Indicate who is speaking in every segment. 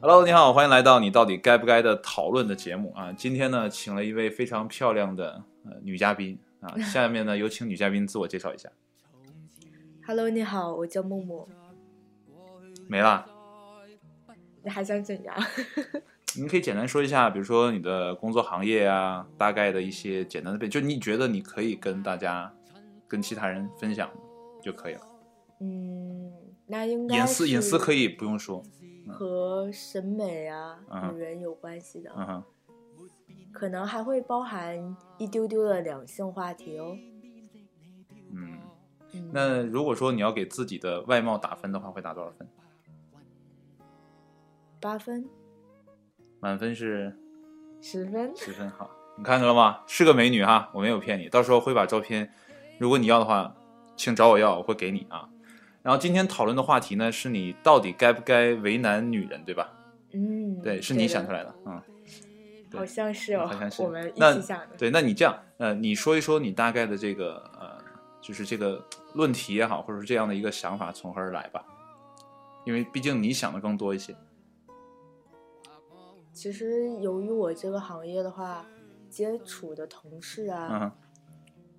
Speaker 1: Hello，你好，欢迎来到你到底该不该的讨论的节目啊！今天呢，请了一位非常漂亮的呃女嘉宾 啊，下面呢有请女嘉宾自我介绍一下。
Speaker 2: Hello，你好，我叫木木，
Speaker 1: 没啦，
Speaker 2: 你还想怎样？
Speaker 1: 你可以简单说一下，比如说你的工作行业啊，大概的一些简单的背，就你觉得你可以跟大家、跟其他人分享就可以了。
Speaker 2: 嗯，那应该
Speaker 1: 隐私隐私可
Speaker 2: 以
Speaker 1: 以不用说，
Speaker 2: 和审美啊、
Speaker 1: 嗯
Speaker 2: 女人有关系的，
Speaker 1: 嗯哼，
Speaker 2: 可能还会包含一丢丢的两性话题哦。
Speaker 1: 嗯。
Speaker 2: 嗯，
Speaker 1: 那如果说你要给自己的外貌打分的话，会打多少分？
Speaker 2: 八分、
Speaker 1: 满分是
Speaker 2: 十分，
Speaker 1: 十分好，你看到了吗？是个美女哈，我没有骗你。到时候会把照片，如果你要的话，请找我要，我会给你啊。然后今天讨论的话题呢，是你到底该不该为难女人，对吧？
Speaker 2: 嗯，
Speaker 1: 对，是你
Speaker 2: 的
Speaker 1: 想出，来的，嗯，对
Speaker 2: 好像是哦，
Speaker 1: 好像是
Speaker 2: 我们一
Speaker 1: 那
Speaker 2: 起想的。
Speaker 1: 对。那你这样，呃，你说一说你大概的这个呃，就是这个论题也好，或者是这样的一个想法从何而来吧？因为毕竟你想的更多一些，
Speaker 2: 其实由于我这个行业的话，接触的同事啊，
Speaker 1: 嗯哼，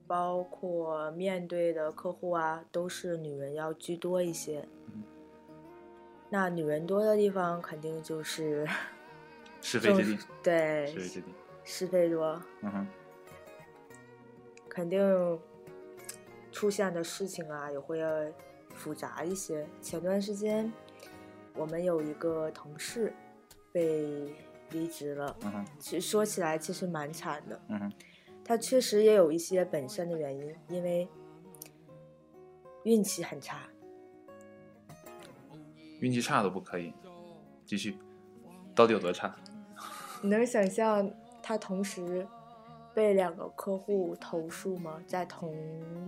Speaker 2: 包括面对的客户啊，都是女人要居多一些
Speaker 1: 嗯。
Speaker 2: 那女人多的地方，肯定就是
Speaker 1: 是非之地，
Speaker 2: 对
Speaker 1: 是非之地，
Speaker 2: 是非多，
Speaker 1: 嗯哼，
Speaker 2: 肯定出现的事情啊也会复杂一些。前段时间，我们有一个同事被离职了，
Speaker 1: 嗯哼，
Speaker 2: 其实说起来其实蛮惨的。
Speaker 1: 嗯哼，
Speaker 2: 他确实也有一些本身的原因，因为运气很差。
Speaker 1: 运气差都不可以，继续，到底有多差？
Speaker 2: 你能想象他同时被两个客户投诉吗？在同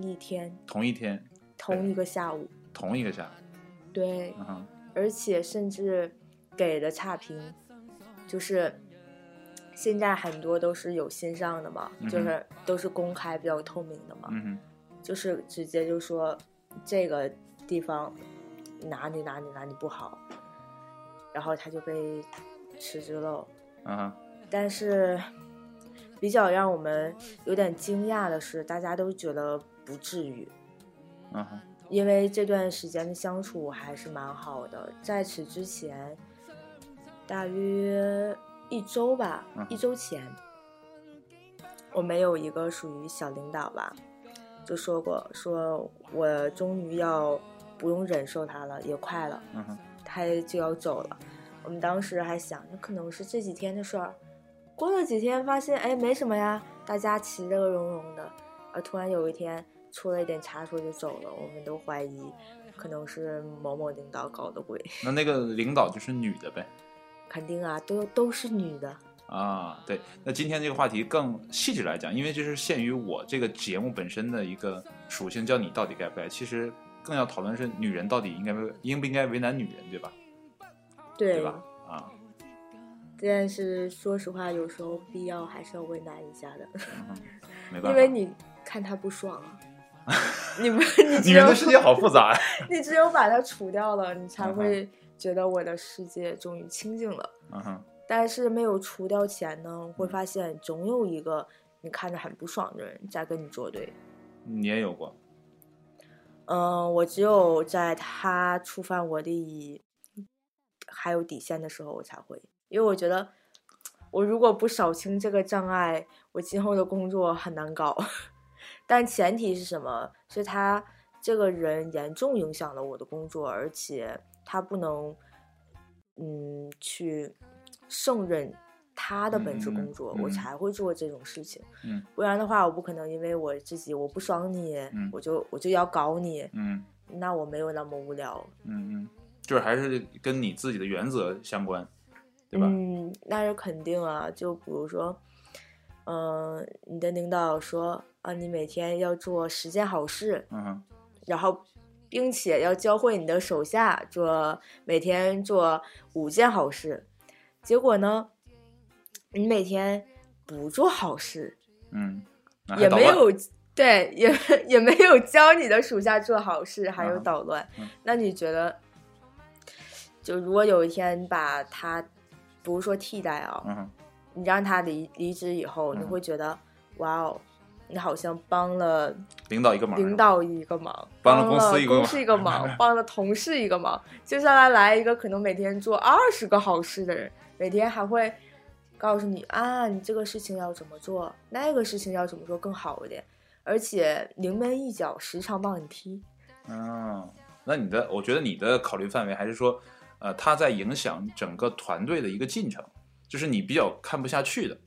Speaker 2: 一天、
Speaker 1: 同一天，
Speaker 2: 同一个下午，
Speaker 1: 同一个下，
Speaker 2: 对，
Speaker 1: 嗯哼，
Speaker 2: 而且甚至给的差评，就是现在很多都是有线上的嘛，
Speaker 1: 嗯哼
Speaker 2: 就是都是公开比较透明的嘛，
Speaker 1: 嗯哼，
Speaker 2: 就是直接就说这个地方哪里哪里哪里不好，然后他就被辞职了。
Speaker 1: 嗯哼，
Speaker 2: 但是比较让我们有点惊讶的是，大家都觉得不至于，
Speaker 1: 嗯哼，
Speaker 2: 因为这段时间的相处还是蛮好的。在此之前，大约一周吧
Speaker 1: 嗯，
Speaker 2: 一周前，我们有一个属于小领导吧，就说过，说我终于要不用忍受他了，也快了。
Speaker 1: 嗯哼，
Speaker 2: 他就要走了。我们当时还想，那可能是这几天的事儿。过了几天，发现哎没什么呀，大家其乐融融的。呃，突然有一天出了一点差错就走了，我们都怀疑可能是某某领导搞的鬼。
Speaker 1: 那那个领导就是女的呗？
Speaker 2: 肯定啊，都都是女的。
Speaker 1: 啊，对，那今天这个话题更细致来讲，因为这是限于我这个节目本身的一个属性，叫你到底该不该。其实更要讨论是女人到底应该不应不应该为难女人，对吧？
Speaker 2: 对
Speaker 1: 对吧？啊，
Speaker 2: 但是说实话，有时候必要还是要为难一下的，
Speaker 1: 嗯没办
Speaker 2: 因
Speaker 1: 法
Speaker 2: 为，你看他不爽 啊。你们，你只
Speaker 1: 女人
Speaker 2: 有
Speaker 1: 的世界好复杂呀、
Speaker 2: 你只有把它除掉了，你才
Speaker 1: 嗯哼
Speaker 2: 会觉得我的世界终于清静了。
Speaker 1: 嗯哼，
Speaker 2: 但是没有除掉前呢，
Speaker 1: 嗯
Speaker 2: 会发现总有一个你看着很不爽的人在跟你作对。
Speaker 1: 你也有过，
Speaker 2: 嗯，我只有在他触犯我利益还有底线的时候，我才会，因为我觉得我如果不扫清这个障碍，我今后的工作很难搞。 但前提是什么？是他这个人严重影响了我的工作，而且他不能，嗯，去胜任他的本职
Speaker 1: 嗯嗯
Speaker 2: 工作，
Speaker 1: 嗯
Speaker 2: 我才会做这种事情。
Speaker 1: 嗯
Speaker 2: 不然的话，我不可能因为我自己我不爽你，
Speaker 1: 嗯
Speaker 2: 我就我就要搞你。
Speaker 1: 嗯
Speaker 2: 那我没有那么无聊，
Speaker 1: 嗯嗯，就是还是跟你自己的原则相关，对吧？
Speaker 2: 嗯，那是肯定啊。就比如说，嗯、你的领导说啊，你每天要做十件好事，
Speaker 1: 嗯哼，
Speaker 2: 然后，并且要教会你的手下做每天做五件好事。结果呢，你每天不做好事，
Speaker 1: 嗯，那还
Speaker 2: 也
Speaker 1: 捣
Speaker 2: 没
Speaker 1: 乱
Speaker 2: 有对，也也没有教你的属下做好事，还有
Speaker 1: 嗯
Speaker 2: 捣乱。
Speaker 1: 嗯
Speaker 2: 那你觉得，就如果有一天把他不是说替代啊，
Speaker 1: 嗯哼，
Speaker 2: 你让他离离职以后，你
Speaker 1: 嗯
Speaker 2: 会觉得，哇哦，你好像帮了
Speaker 1: 领导一个忙，
Speaker 2: 领导一个忙，
Speaker 1: 帮
Speaker 2: 帮
Speaker 1: 了公司一个忙
Speaker 2: 公司一个忙， 帮了同事一个忙。接下来来一个可能每天做二十个好事的人，每天还会告诉你啊，你这个事情要怎么做，那个事情要怎么做更好一点，而且临门一脚，时常帮你踢。
Speaker 1: 嗯，那你的，我觉得你的考虑范围还是说，呃，它在影响整个团队的一个进程，就是你比较看不下去的，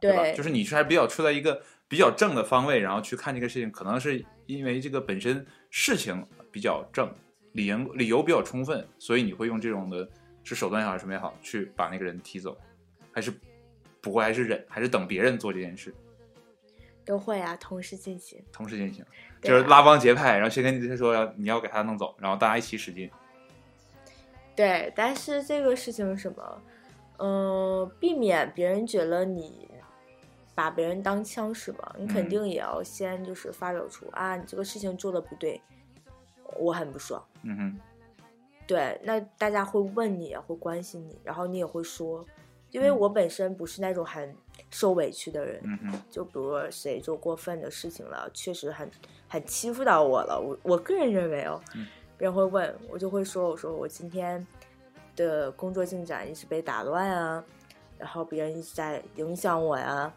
Speaker 1: 对吧？就是你是还比较处在一个比较正的方位，然后去看这个事情，可能是因为这个本身事情比较正，理由理由比较充分，所以你会用这种的是手段也好，什么也好，去把那个人踢走，还是不会还是忍，还是等别人做这件事，
Speaker 2: 都会啊，同时进行。
Speaker 1: 同时进行，
Speaker 2: 对
Speaker 1: 就
Speaker 2: 啊
Speaker 1: 是拉帮结派，然后先跟他说要你要给他弄走，然后大家一起使劲。
Speaker 2: 对，但是这个事情是什么？嗯、避免别人觉得你把别人当枪使嘛，你肯
Speaker 1: 嗯
Speaker 2: 定也要先就是发表出、啊，你这个事情做的不对，我很不爽。
Speaker 1: 嗯哼。
Speaker 2: 对，那大家会问你，也会关心你，然后你也会说，因为
Speaker 1: 嗯
Speaker 2: 我本身不是那种很受委屈的人，
Speaker 1: 嗯哼，
Speaker 2: 就比如说谁做过分的事情了，确实很很欺负到我了。我我个人认为哦，
Speaker 1: 嗯
Speaker 2: 别人会问我就会说，我说我今天的工作进展一直被打乱啊，然后别人一直在影响我呀、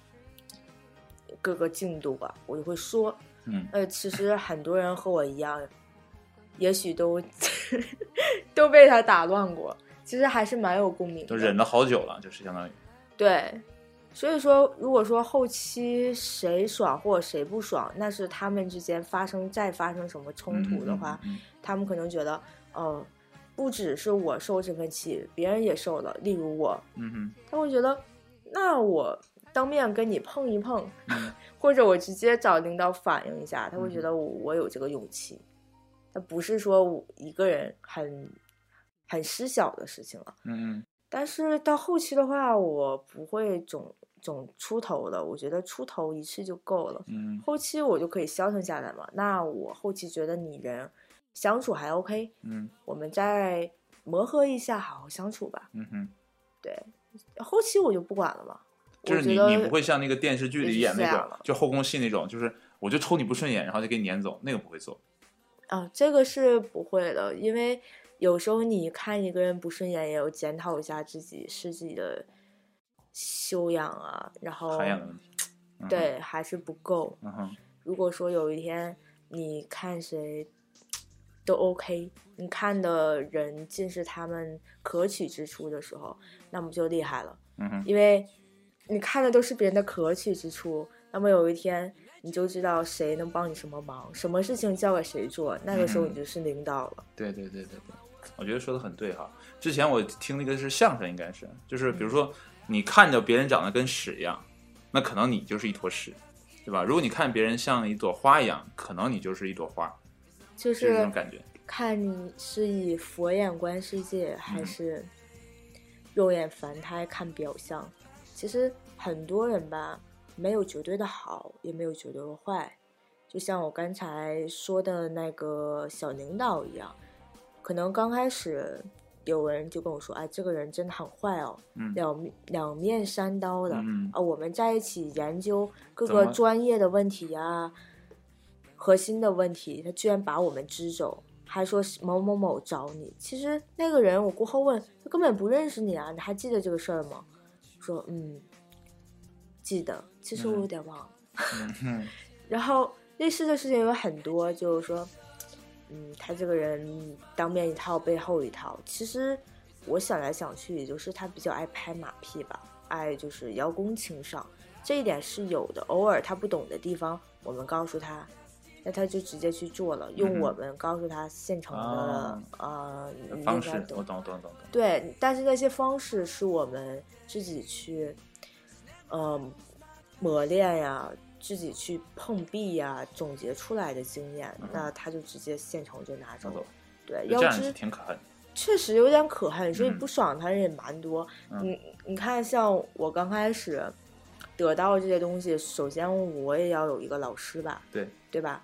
Speaker 2: 各个进度啊，我就会说。
Speaker 1: 嗯，
Speaker 2: 呃，其实很多人和我一样，也许都 都被他打乱过，其实还是蛮有共鸣的。
Speaker 1: 就忍了好久了，就是相当于，
Speaker 2: 对，所以说，如果说后期谁爽或者谁不爽，那是他们之间发生再发生什么冲突的话，
Speaker 1: 嗯，嗯
Speaker 2: 他们可能觉得，哦、不只是我受这份气，别人也受了。例如我，
Speaker 1: 嗯
Speaker 2: 他会觉得，那我当面跟你碰一碰，
Speaker 1: 嗯
Speaker 2: 或者我直接找领导反映一下，他会觉
Speaker 1: 嗯
Speaker 2: 得我我有这个勇气。那不是说我一个人很很失小的事情了。
Speaker 1: 嗯嗯
Speaker 2: 但是到后期的话，我不会总总出头的，我觉得出头一次就够了。
Speaker 1: 嗯
Speaker 2: 后期我就可以消停下来嘛。那我后期觉得你人相处还 OK，
Speaker 1: 嗯
Speaker 2: 我们再磨合一下，好好相处吧。
Speaker 1: 嗯嗯，
Speaker 2: 对，后期我就不管了嘛。
Speaker 1: 就
Speaker 2: 我
Speaker 1: 是
Speaker 2: 觉
Speaker 1: 你
Speaker 2: 得
Speaker 1: 你不会像那个电视剧里演
Speaker 2: 也是这
Speaker 1: 那
Speaker 2: 样
Speaker 1: 种
Speaker 2: 了，
Speaker 1: 就后宫戏那种，就是我就瞅你不顺眼，然后就给你撵走，那个不会做，
Speaker 2: 啊，这个是不会的，因为有时候你看一个人不顺眼，也要检讨一下自己是自己的修养啊，然后
Speaker 1: 涵养的问题。嗯，
Speaker 2: 对还是不够。
Speaker 1: 嗯哼，
Speaker 2: 如果说有一天你看谁都 OK，你看的人尽是他们可取之处的时候，那么就厉害了，
Speaker 1: 嗯哼，
Speaker 2: 因为你看的都是别人的可取之处，那么有一天你就知道谁能帮你什么忙，什么事情交给谁做，那个时候
Speaker 1: 嗯
Speaker 2: 你就是领导了。
Speaker 1: 对对对对对，我觉得说的很对哈。之前我听那个是相声，应该是就是
Speaker 2: 嗯
Speaker 1: 比如说你看着别人长得跟屎一样，那可能你就是一坨屎，对吧？如果你看别人像一朵花一样，可能你就是一朵花，就
Speaker 2: 就
Speaker 1: 是这
Speaker 2: 是
Speaker 1: 种感觉。
Speaker 2: 看你是以佛眼观世界，还
Speaker 1: 嗯
Speaker 2: 是肉眼凡胎看表象。其实很多人吧，没有绝对的好，也没有绝对的坏。就像我刚才说的那个小领导一样，可能刚开始有人就跟我说：“哎，这个人真的很坏哦，
Speaker 1: 嗯
Speaker 2: 两面两面三刀的。
Speaker 1: 嗯
Speaker 2: 啊，我们在一起研究各
Speaker 1: 怎
Speaker 2: 个
Speaker 1: 么
Speaker 2: 专业的问题呀、核心的问题，他居然把我们支走，还说是某某某找你。其实那个人我过后问，他根本不认识你啊，你还记得这个事儿吗？说嗯，记得，其实我有点忘了。
Speaker 1: 嗯哼
Speaker 2: 然后类似的事情有很多，就是说，嗯，他这个人当面一套，背后一套。其实我想来想去，也就是他比较爱拍马屁吧，爱就是邀功情上，这一点是有的。偶尔他不懂的地方，我们告诉他。那他就直接去做了，
Speaker 1: 嗯
Speaker 2: 用
Speaker 1: 哼
Speaker 2: 我们告诉他现成的、
Speaker 1: 啊
Speaker 2: 呃你应
Speaker 1: 方
Speaker 2: 该
Speaker 1: 式，
Speaker 2: 懂嗯
Speaker 1: 我懂懂懂懂。
Speaker 2: 对，但是那些方式是我们自己去，呃，磨练呀，自己去碰壁呀，总结出来的经验，
Speaker 1: 嗯
Speaker 2: 那他就直接现成就拿走
Speaker 1: 拿
Speaker 2: 了
Speaker 1: 走。
Speaker 2: 对，
Speaker 1: 这
Speaker 2: 要
Speaker 1: 样是
Speaker 2: 知
Speaker 1: 挺可恨的。
Speaker 2: 确实有点可恨，所以
Speaker 1: 嗯
Speaker 2: 不爽他人也蛮多。
Speaker 1: 嗯
Speaker 2: 你你看，像我刚开始得到这些东西，首先我也要有一个老师吧，
Speaker 1: 对，
Speaker 2: 对吧？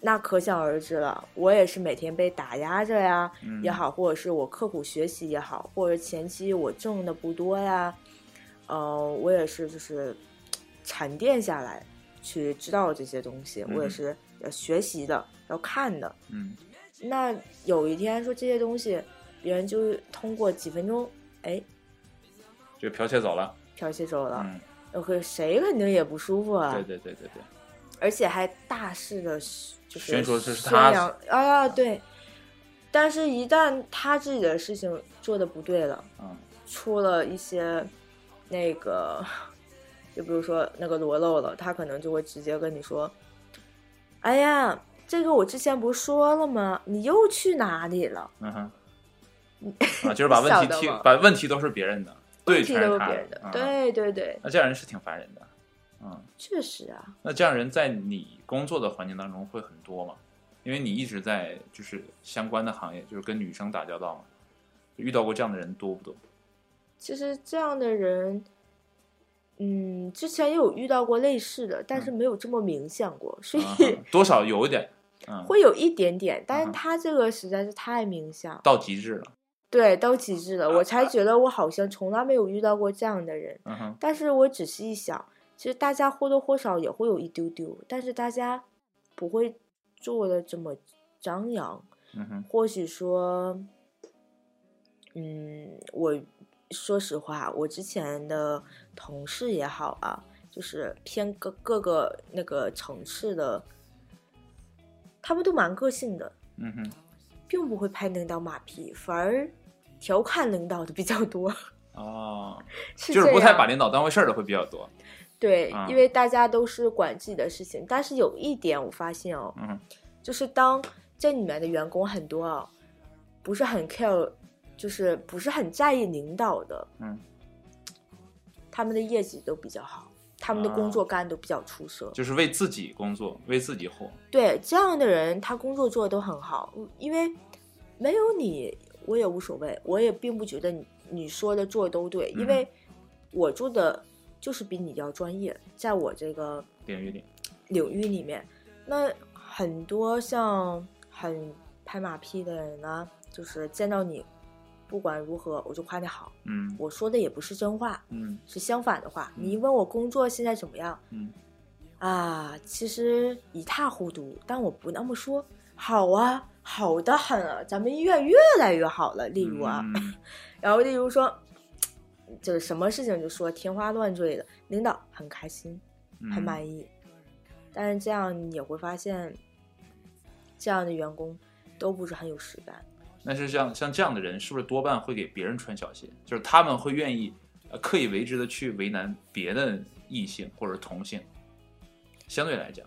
Speaker 2: 那可想而知了，我也是每天被打压着呀，
Speaker 1: 嗯
Speaker 2: 也好，或者是我刻苦学习也好，或者前期我挣的不多呀，呃，我也是就是沉淀下来去知道这些东西，我也
Speaker 1: 嗯
Speaker 2: 是要学习的，要看的。
Speaker 1: 嗯
Speaker 2: 那有一天说这些东西，别人就通过几分钟，哎，
Speaker 1: 就剽窃走了。
Speaker 2: 剽窃走了，
Speaker 1: 嗯，
Speaker 2: 那可谁肯定也不舒服啊，
Speaker 1: 对对对对对，
Speaker 2: 而且还大肆的，就是
Speaker 1: 宣说这是
Speaker 2: 宣
Speaker 1: 他
Speaker 2: 扬啊，对。但是，一旦他自己的事情做的不对了，
Speaker 1: 嗯
Speaker 2: 出了一些那个，就比如说那个裸露了，他可能就会直接跟你说：“哎呀，这个我之前不是说了吗？你又去哪里了？
Speaker 1: 嗯哼，啊，就是把问
Speaker 2: 晓
Speaker 1: 题
Speaker 2: 得
Speaker 1: 踢
Speaker 2: 吗，
Speaker 1: 把问题都是别人的，对，
Speaker 2: 问题
Speaker 1: 全
Speaker 2: 都
Speaker 1: 是
Speaker 2: 是
Speaker 1: 他
Speaker 2: 别人的。
Speaker 1: 嗯
Speaker 2: 对对对，
Speaker 1: 那这样人是挺烦人的。嗯，
Speaker 2: 确实啊，
Speaker 1: 那这样人在你工作的环境当中会很多吗？因为你一直在就是相关的行业，就是跟女生打交道嘛，遇到过这样的人多不多？
Speaker 2: 其实这样的人，嗯，之前也有遇到过类似的，但是没有这么明显过，所以、
Speaker 1: 嗯哼多少有一点，嗯，
Speaker 2: 会有一点点，但
Speaker 1: 嗯
Speaker 2: 是他这个实在是太明显，
Speaker 1: 到极致了。
Speaker 2: 对，到极致
Speaker 1: 啊
Speaker 2: 了，我才觉得我好像从来没有遇到过这样的人。
Speaker 1: 嗯哼，
Speaker 2: 但是我仔细一想，其实大家或多或少也会有一丢丢，但是大家不会做的这么张扬。
Speaker 1: 嗯哼，
Speaker 2: 或许说，嗯，我说实话，我之前的同事也好啊，就是偏各各个那个城市的，他们都蛮个性的，
Speaker 1: 嗯哼。
Speaker 2: 并不会拍领导马屁，反而调侃领导的比较多，
Speaker 1: 哦，
Speaker 2: 是
Speaker 1: 就是不
Speaker 2: 这
Speaker 1: 太
Speaker 2: 样
Speaker 1: 把领导当回事儿的会比较多。
Speaker 2: 对，
Speaker 1: 啊
Speaker 2: 因为大家都是管自己的事情，但是有一点我发现哦，
Speaker 1: 嗯
Speaker 2: 就是当这里面的员工很多啊，不是很 care，就是不是很在意领导的，
Speaker 1: 嗯，
Speaker 2: 他们的业绩都比较好，他们的
Speaker 1: 啊
Speaker 2: 工作干得都比较出色。
Speaker 1: 就是为自己工作，为自己活。
Speaker 2: 对这样的人，他工作做得都很好，因为没有你我也无所谓，我也并不觉得你你说的做的都对，
Speaker 1: 嗯
Speaker 2: 因为我做的就是比你要专业，在我这个
Speaker 1: 领域里，
Speaker 2: 领域里面，那很多像很拍马屁的人呢、就是见到你，不管如何我就夸你好，
Speaker 1: 嗯
Speaker 2: 我说的也不是真话，
Speaker 1: 嗯
Speaker 2: 是相反的话。
Speaker 1: 嗯
Speaker 2: 你一问我工作现在怎么样
Speaker 1: 嗯
Speaker 2: 啊，其实一塌糊涂，但我不那么说。好啊，好的很啊，咱们医院越来越好了。例如啊，
Speaker 1: 嗯
Speaker 2: 然后例如说，就是什么事情就说天花乱坠的，领导很开心，
Speaker 1: 嗯
Speaker 2: 很满意。但是这样也会发现，这样的员工都不是很有实干。
Speaker 1: 但是像像这样的人，是不是多半会给别人穿小鞋？就是他们会愿意呃刻意为之的去为难别的异性或者同性。相对来讲，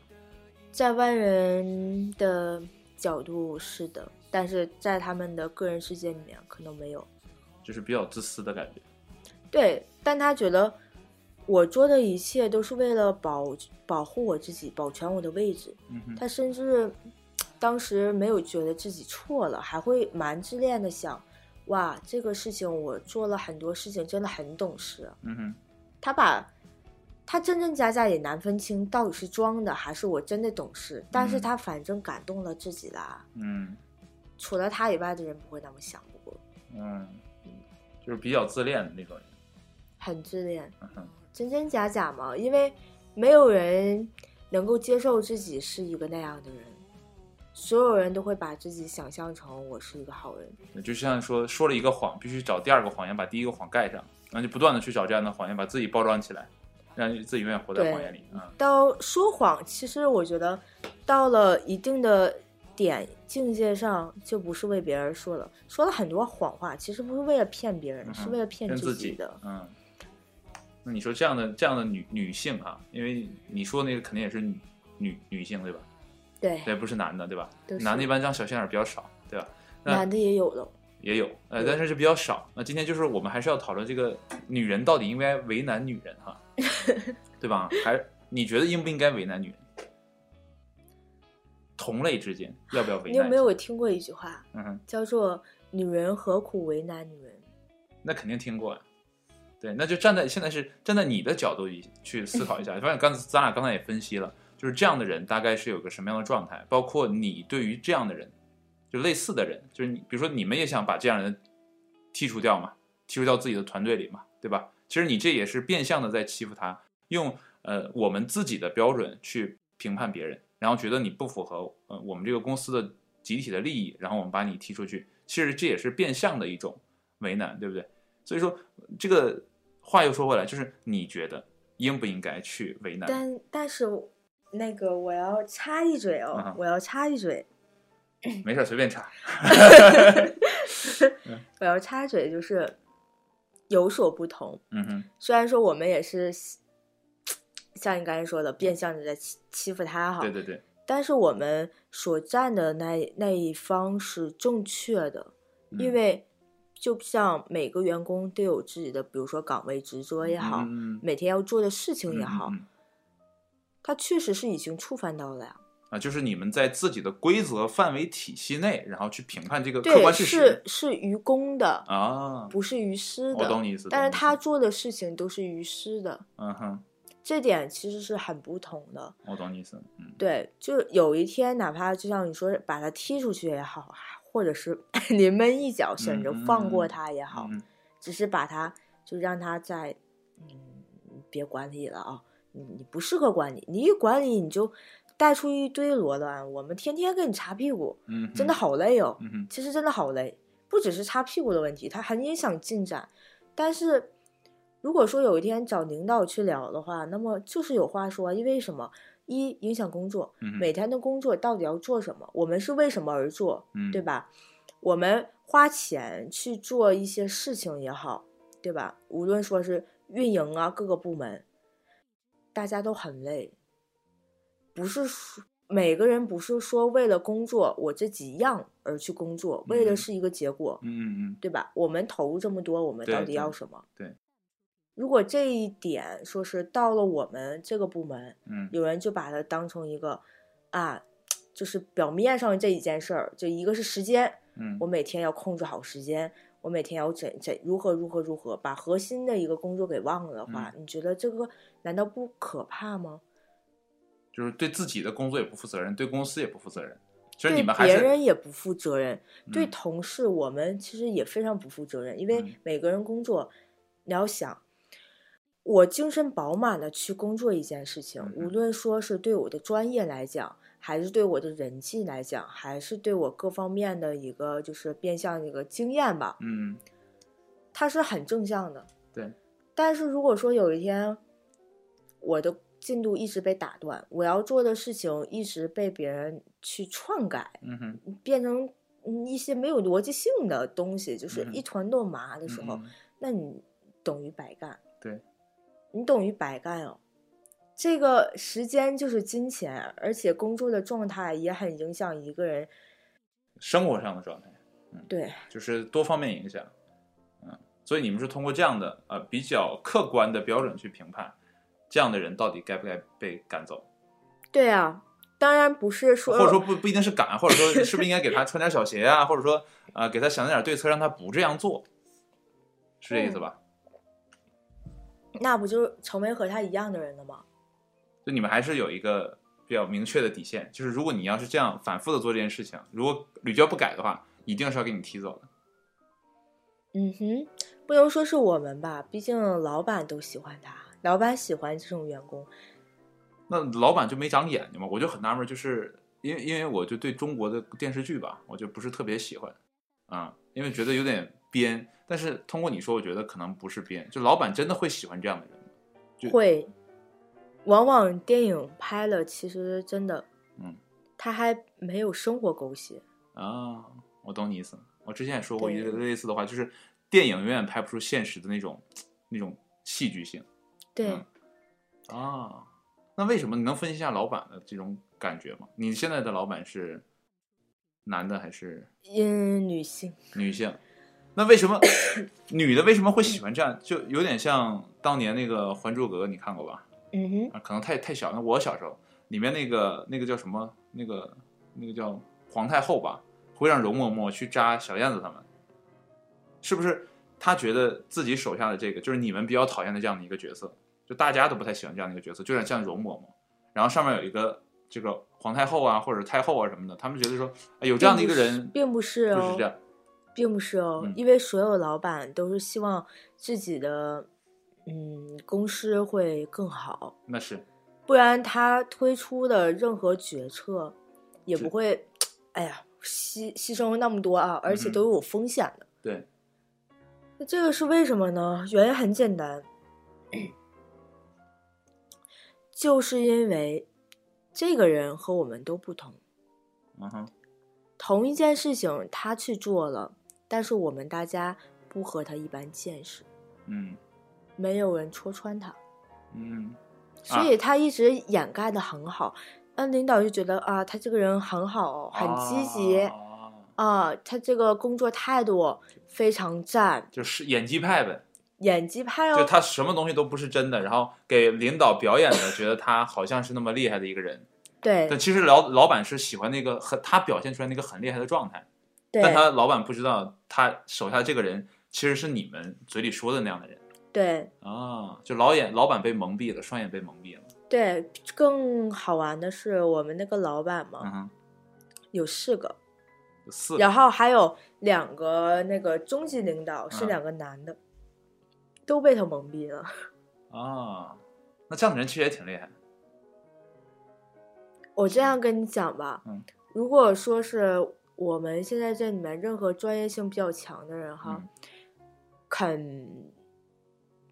Speaker 2: 在外人的角度是的，但是在他们的个人世界里面可能没有。
Speaker 1: 就是比较自私的感觉。
Speaker 2: 对，但他觉得我做的一切都是为了保保护我自己，保全我的位置。
Speaker 1: 嗯哼，
Speaker 2: 他甚至当时没有觉得自己错了，还会蛮自恋的想：哇，这个事情我做了很多事情，真的很懂事啊。
Speaker 1: 嗯哼，
Speaker 2: 他把他真真假假也难分清到底是装的还是我真的懂事，但是他反正感动了自己啦。
Speaker 1: 嗯
Speaker 2: 除了他以外的人不会那么想不过，
Speaker 1: 嗯，就是比较自恋的那种人。
Speaker 2: 很自恋，
Speaker 1: 嗯哼，
Speaker 2: 真真假假嘛，因为没有人能够接受自己是一个那样的人。所有人都会把自己想象成我是一个好人，
Speaker 1: 对就像说说了一个谎，必须找第二个谎言把第一个谎盖上，然后就不断的去找这样的谎言，把自己包装起来，让自己永远活在
Speaker 2: 对
Speaker 1: 谎言里。嗯
Speaker 2: 到说谎，其实我觉得到了一定的点境界上，就不是为别人说了，说了很多谎话，其实不是为了骗别人，
Speaker 1: 嗯哼
Speaker 2: 是为了骗
Speaker 1: 跟
Speaker 2: 自
Speaker 1: 己
Speaker 2: 的。
Speaker 1: 嗯，那你说这样的这样的女女性啊，因为你说那个肯定也是女女女性对吧？
Speaker 2: 对，
Speaker 1: 对，不是男的对吧
Speaker 2: 哎都？是
Speaker 1: 男的一般长小心眼儿比较少，对吧？那
Speaker 2: 男的也有了，
Speaker 1: 也有，呃，
Speaker 2: 对
Speaker 1: 但是就比较少。那今天就是我们还是要讨论这个女人到底应该为难女人 哈，对吧？还你觉得应不应该为难女人？同类之间要不要为
Speaker 2: 你有
Speaker 1: 难？
Speaker 2: 没？有听过一句话，
Speaker 1: 嗯哼，
Speaker 2: 叫做“女人何苦为难女人
Speaker 1: 那肯定听过呀、对，那就站在现在是站在你的角度去去思考一下。反正刚咱俩刚才也分析了，就是这样的人大概是有个什么样的状态，包括你对于这样的人，就类似的人，就是你，比如说你们也想把这样的人剔除掉嘛，剔除掉自己的团队里嘛，对吧？其实你这也是变相的在欺负他，用呃我们自己的标准去评判别人，然后觉得你不符合呃我们这个公司的集体的利益，然后我们把你踢出去，其实这也是变相的一种为难，对不对？所以说这个话又说回来，就是你觉得应不应该去为难？
Speaker 2: 但但是那个我要插一嘴哦，
Speaker 1: 嗯
Speaker 2: 我要插一嘴，
Speaker 1: 没事儿，随便插。
Speaker 2: 我要插嘴就是有所不同。
Speaker 1: 嗯哼，
Speaker 2: 虽然说我们也是像你刚才说的，变相的在欺欺负他哈，
Speaker 1: 对对对，
Speaker 2: 但是我们所站的那那一方是正确的，
Speaker 1: 嗯
Speaker 2: 因为就像每个员工都有自己的，比如说岗位执着也
Speaker 1: 嗯
Speaker 2: 好，
Speaker 1: 嗯嗯
Speaker 2: 每天要做的事情也好，
Speaker 1: 嗯嗯嗯
Speaker 2: 他确实是已经触犯到了呀。
Speaker 1: 啊，就是你们在自己的规则范围体系内，然后去评判这个客
Speaker 2: 对，
Speaker 1: 观事
Speaker 2: 是
Speaker 1: 实
Speaker 2: 是于公的，
Speaker 1: 啊。
Speaker 2: 不是于私
Speaker 1: 我懂
Speaker 2: 的。
Speaker 1: 你意思，
Speaker 2: 但是
Speaker 1: 懂你意思
Speaker 2: 他做的事情都是于私的，
Speaker 1: 嗯哼，
Speaker 2: 这点其实是很不同的。
Speaker 1: 我懂你意思，嗯，
Speaker 2: 对，就有一天，哪怕就像你说，把他踢出去也好，或者是 临门一脚，选择放过
Speaker 1: 嗯嗯嗯
Speaker 2: 他也好，
Speaker 1: 嗯
Speaker 2: 只是把他就让他在，嗯，别管理了啊，你你不适合管理，你一管理你就带出一堆罗乱，我们天天给你擦屁股，
Speaker 1: 嗯哼，
Speaker 2: 真的好累哦。
Speaker 1: 嗯哼，
Speaker 2: 其实真的好累，不只是擦屁股的问题，它很影响进展。但是如果说有一天找领导去聊的话，那么就是有话说，啊因为什么？一影响工作，
Speaker 1: 嗯哼
Speaker 2: 每天的工作到底要做什么？我们是为什么而做，
Speaker 1: 嗯，
Speaker 2: 对吧？我们花钱去做一些事情也好，对吧？无论说是运营啊，各个部门，大家都很累，不是说每个人不是说为了工作我这几样而去工作，为的
Speaker 1: 嗯
Speaker 2: 是一个结果，
Speaker 1: 嗯嗯嗯，
Speaker 2: 对吧？我们投入这么多，我们
Speaker 1: 对
Speaker 2: 到底要
Speaker 1: 对
Speaker 2: 什么？
Speaker 1: 对
Speaker 2: 如果这一点说是到了我们这个部门，
Speaker 1: 嗯，
Speaker 2: 有人就把它当成一个啊，就是表面上这一件事儿，就一个是时间，
Speaker 1: 嗯，
Speaker 2: 我每天要控制好时间，我每天要怎怎如何如何如何，把核心的一个工作给忘了的话，你觉得这个难道不可怕吗？
Speaker 1: 就是对自己的工作也不负责任，对公司也不负责任。其实
Speaker 2: 对
Speaker 1: 你们还
Speaker 2: 别
Speaker 1: 是
Speaker 2: 人也不负责任，对
Speaker 1: 嗯
Speaker 2: 同事我们其实也非常不负责任，因为
Speaker 1: 嗯
Speaker 2: 每个人工作，你要想。我精神饱满的去工作一件事情
Speaker 1: 嗯，
Speaker 2: 无
Speaker 1: 嗯
Speaker 2: 论说是对我的专业来讲，还是对我的人际来讲，还是对我各方面的一个就是变相一个经验吧，
Speaker 1: 嗯，
Speaker 2: 它是很正向的。
Speaker 1: 对。
Speaker 2: 但是如果说有一天我的进度一直被打断，我要做的事情一直被别人去篡改，
Speaker 1: 嗯哼，
Speaker 2: 变成嗯一些没有逻辑性的东西，就是
Speaker 1: 嗯
Speaker 2: 一团乱麻的
Speaker 1: 嗯
Speaker 2: 时候，
Speaker 1: 嗯
Speaker 2: 那你等于白干。
Speaker 1: 对。
Speaker 2: 你等于白干哦。这个时间就是金钱，而且工作的状态也很影响一个人。
Speaker 1: 生活上的状态
Speaker 2: 对，
Speaker 1: 就是多方面影响，嗯，所以你们是通过这样的呃比较客观的标准去评判，这样的人到底该不该被赶走，
Speaker 2: 对啊，当然不是说
Speaker 1: 或者说不不一定是赶，或者说是不是应该给他穿点小鞋啊，或者说啊、呃给他想点对策，让他不这样做，是这意思吧？
Speaker 2: 那不就是成为和他一样的人了吗？
Speaker 1: 就你们还是有一个比较明确的底线，就是如果你要是这样反复的做这件事情，如果屡教不改的话，一定是要给你踢走的。
Speaker 2: 嗯哼，不能说是我们吧，毕竟老板都喜欢他，老板喜欢这种员工。
Speaker 1: 那老板就没长眼睛嘛？我就很纳闷，就是因为因为我就对中国的电视剧吧，我就不是特别喜欢啊、因为觉得有点编。但是通过你说，我觉得可能不是编，就老板真的会喜欢这样的人吗。就
Speaker 2: 会，往往电影拍了，其实真的，
Speaker 1: 嗯，
Speaker 2: 他还没有生活狗血。
Speaker 1: 啊，我懂你意思。我之前也说过一
Speaker 2: 对
Speaker 1: 个类似的话，就是电影永远拍不出现实的那种那种戏剧性。
Speaker 2: 对，
Speaker 1: 嗯啊，那为什么你能分析一下老板的这种感觉吗？你现在的老板是男的还是
Speaker 2: 因女性，
Speaker 1: 女性？那为什么女的为什么会喜欢这样？就有点像当年那个《还珠格格》，你看过吧？
Speaker 2: 嗯哼，
Speaker 1: 啊，可能太太小，那我小时候里面那个那个叫什么？那个那个叫皇太后吧，会让容嬷嬷去扎小燕子他们，是不是？她觉得自己手下的这个就是你们比较讨厌的这样的一个角色，就大家都不太喜欢这样的一个角色，就有点像容嬷嬷。然后上面有一个这个皇太后啊或者太后啊什么的，他们觉得说，哎，有这样的一个人
Speaker 2: 并不是
Speaker 1: 就
Speaker 2: 哦
Speaker 1: 是这，样，
Speaker 2: 并不是哦，
Speaker 1: 嗯
Speaker 2: 因为所有老板都是希望自己的嗯公司会更好，
Speaker 1: 那是
Speaker 2: 不然他推出的任何决策也
Speaker 1: 是
Speaker 2: 不会，哎呀，牺牺牲那么多啊，而且
Speaker 1: 嗯
Speaker 2: 都有风险的。
Speaker 1: 对，
Speaker 2: 那这个是为什么呢？原因很简单，就是因为这个人和我们都不同，
Speaker 1: 嗯哼，
Speaker 2: 同一件事情他去做了，但是我们大家不和他一般见识，
Speaker 1: 嗯
Speaker 2: 没有人戳穿
Speaker 1: 啊
Speaker 2: 他，
Speaker 1: 嗯
Speaker 2: 所以他一直掩盖的很好。那领导就觉得啊，他这个人很好，很积极啊
Speaker 1: 啊
Speaker 2: 他这个工作态度非常赞，
Speaker 1: 就是演技派呗，
Speaker 2: 演技派
Speaker 1: 就
Speaker 2: 哦。
Speaker 1: 他什么东西都不是真的，然后给领导表演的，觉得他好像是那么厉害的一个人，
Speaker 2: 对
Speaker 1: 但其实老老板是喜欢那个很他表现出来那个很厉害的状态，
Speaker 2: 对
Speaker 1: 但他老板不知道他手下这个人其实是你们嘴里说的那样的人
Speaker 2: 对
Speaker 1: 啊，就老眼老板被蒙蔽了，双眼被蒙蔽了，
Speaker 2: 对，更好玩的是我们那个老板嘛，
Speaker 1: 嗯哼，
Speaker 2: 有四个，
Speaker 1: 有四个
Speaker 2: 然后还有两个那个中级领导是
Speaker 1: 嗯
Speaker 2: 两个男的，都被他蒙蔽了。
Speaker 1: 啊，那这样的人其实也挺厉害，
Speaker 2: 我这样跟你讲吧，
Speaker 1: 嗯
Speaker 2: 如果说是我们现在这里面任何专业性比较强的人哈，
Speaker 1: 嗯
Speaker 2: 肯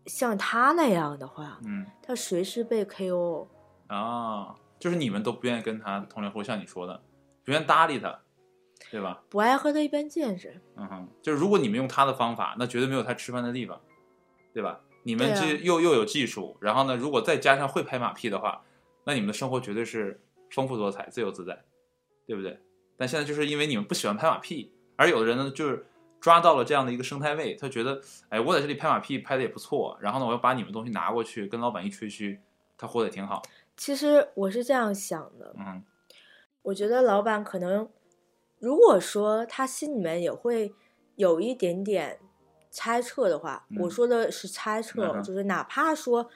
Speaker 2: 像他那样的话，
Speaker 1: 嗯
Speaker 2: 他随时被 KO。
Speaker 1: 啊，就是你们都不愿意跟他同流合，像你说的，不愿意搭理他，对吧？
Speaker 2: 不爱和他一般见识，
Speaker 1: 嗯哼，就是如果你们用他的方法，那绝对没有他吃饭的地方，对吧？你们
Speaker 2: 对啊
Speaker 1: 这又又有技术，然后呢，如果再加上会拍马屁的话，那你们的生活绝对是丰富多彩、自由自在，对不对？但现在就是因为你们不喜欢拍马屁，而有的人呢，就是抓到了这样的一个生态位，他觉得，哎，我在这里拍马屁拍的也不错，然后呢，我要把你们东西拿过去跟老板一吹嘘，他活得也挺好，
Speaker 2: 其实我是这样想的，
Speaker 1: 嗯哼，
Speaker 2: 我觉得老板可能，如果说他心里面也会有一点点猜测的话，
Speaker 1: 嗯
Speaker 2: 我说的是猜测，
Speaker 1: 嗯哼
Speaker 2: 就是哪怕说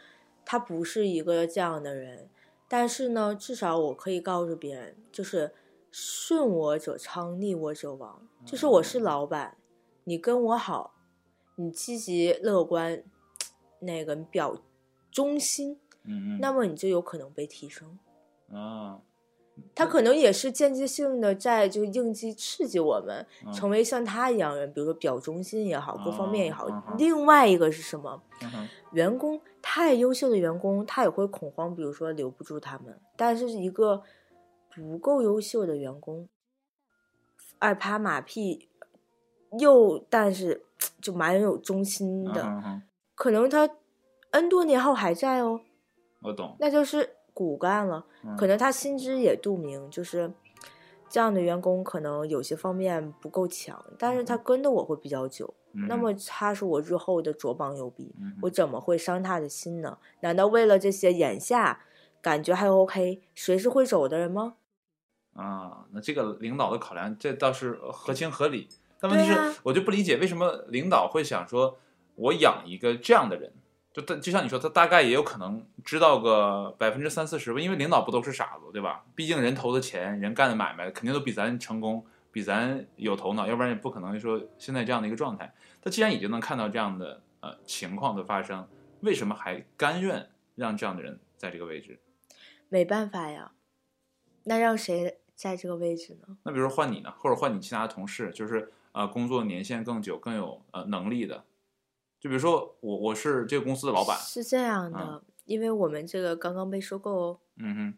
Speaker 2: 他不是一个这样的人，但是呢，至少我可以告诉别人，就是顺我者昌，逆我者亡。就是我是老板，你跟我好，你积极乐观，那个表忠心，
Speaker 1: 嗯嗯，
Speaker 2: 那么你就有可能被提升。
Speaker 1: 啊，
Speaker 2: 他可能也是间接性的在就应激刺激我们
Speaker 1: 嗯
Speaker 2: 成为像他一样人，比如说表忠心也好，各方面也好
Speaker 1: 嗯嗯嗯。
Speaker 2: 另外一个是什么？
Speaker 1: 嗯哼
Speaker 2: 员工太优秀的员工，他也会恐慌，比如说留不住他们。但是一个不够优秀的员工，爱拍马屁，又但是就蛮有忠心
Speaker 1: 嗯
Speaker 2: 的，
Speaker 1: 哼嗯哼，
Speaker 2: 可能他 N 多年后还在哦，
Speaker 1: 我懂，
Speaker 2: 那就是骨干了。
Speaker 1: 嗯
Speaker 2: 可能他心知也肚明，就是这样的员工可能有些方面不够强，但是他跟的我会比较久，那
Speaker 1: 嗯
Speaker 2: 么他是我日后的左膀右臂，
Speaker 1: 嗯哼
Speaker 2: 我怎么会伤他的心呢？难道为了这些眼下感觉还 OK，随时会走的人吗？
Speaker 1: 啊，那这个领导的考量，这倒是合情合理。但问题是，
Speaker 2: 对啊
Speaker 1: 我就不理解为什么领导会想说，我养一个这样的人，就他就像你说，他大概也有可能知道个百分之三四十吧，因为领导不都是傻子，对吧？毕竟人投的钱，人干的买卖，肯定都比咱成功，比咱有头脑，要不然也不可能说现在这样的一个状态。他既然已经能看到这样的呃情况的发生，为什么还甘愿让这样的人在这个位置？
Speaker 2: 没办法呀，那让谁在这个位置呢？
Speaker 1: 那比如说换你呢，或者换你其他的同事，就是呃工作年限更久、更有呃能力的。就比如说我我是这个公司的老板，
Speaker 2: 是这样的，
Speaker 1: 嗯
Speaker 2: 因为我们这个刚刚被收购哦，
Speaker 1: 嗯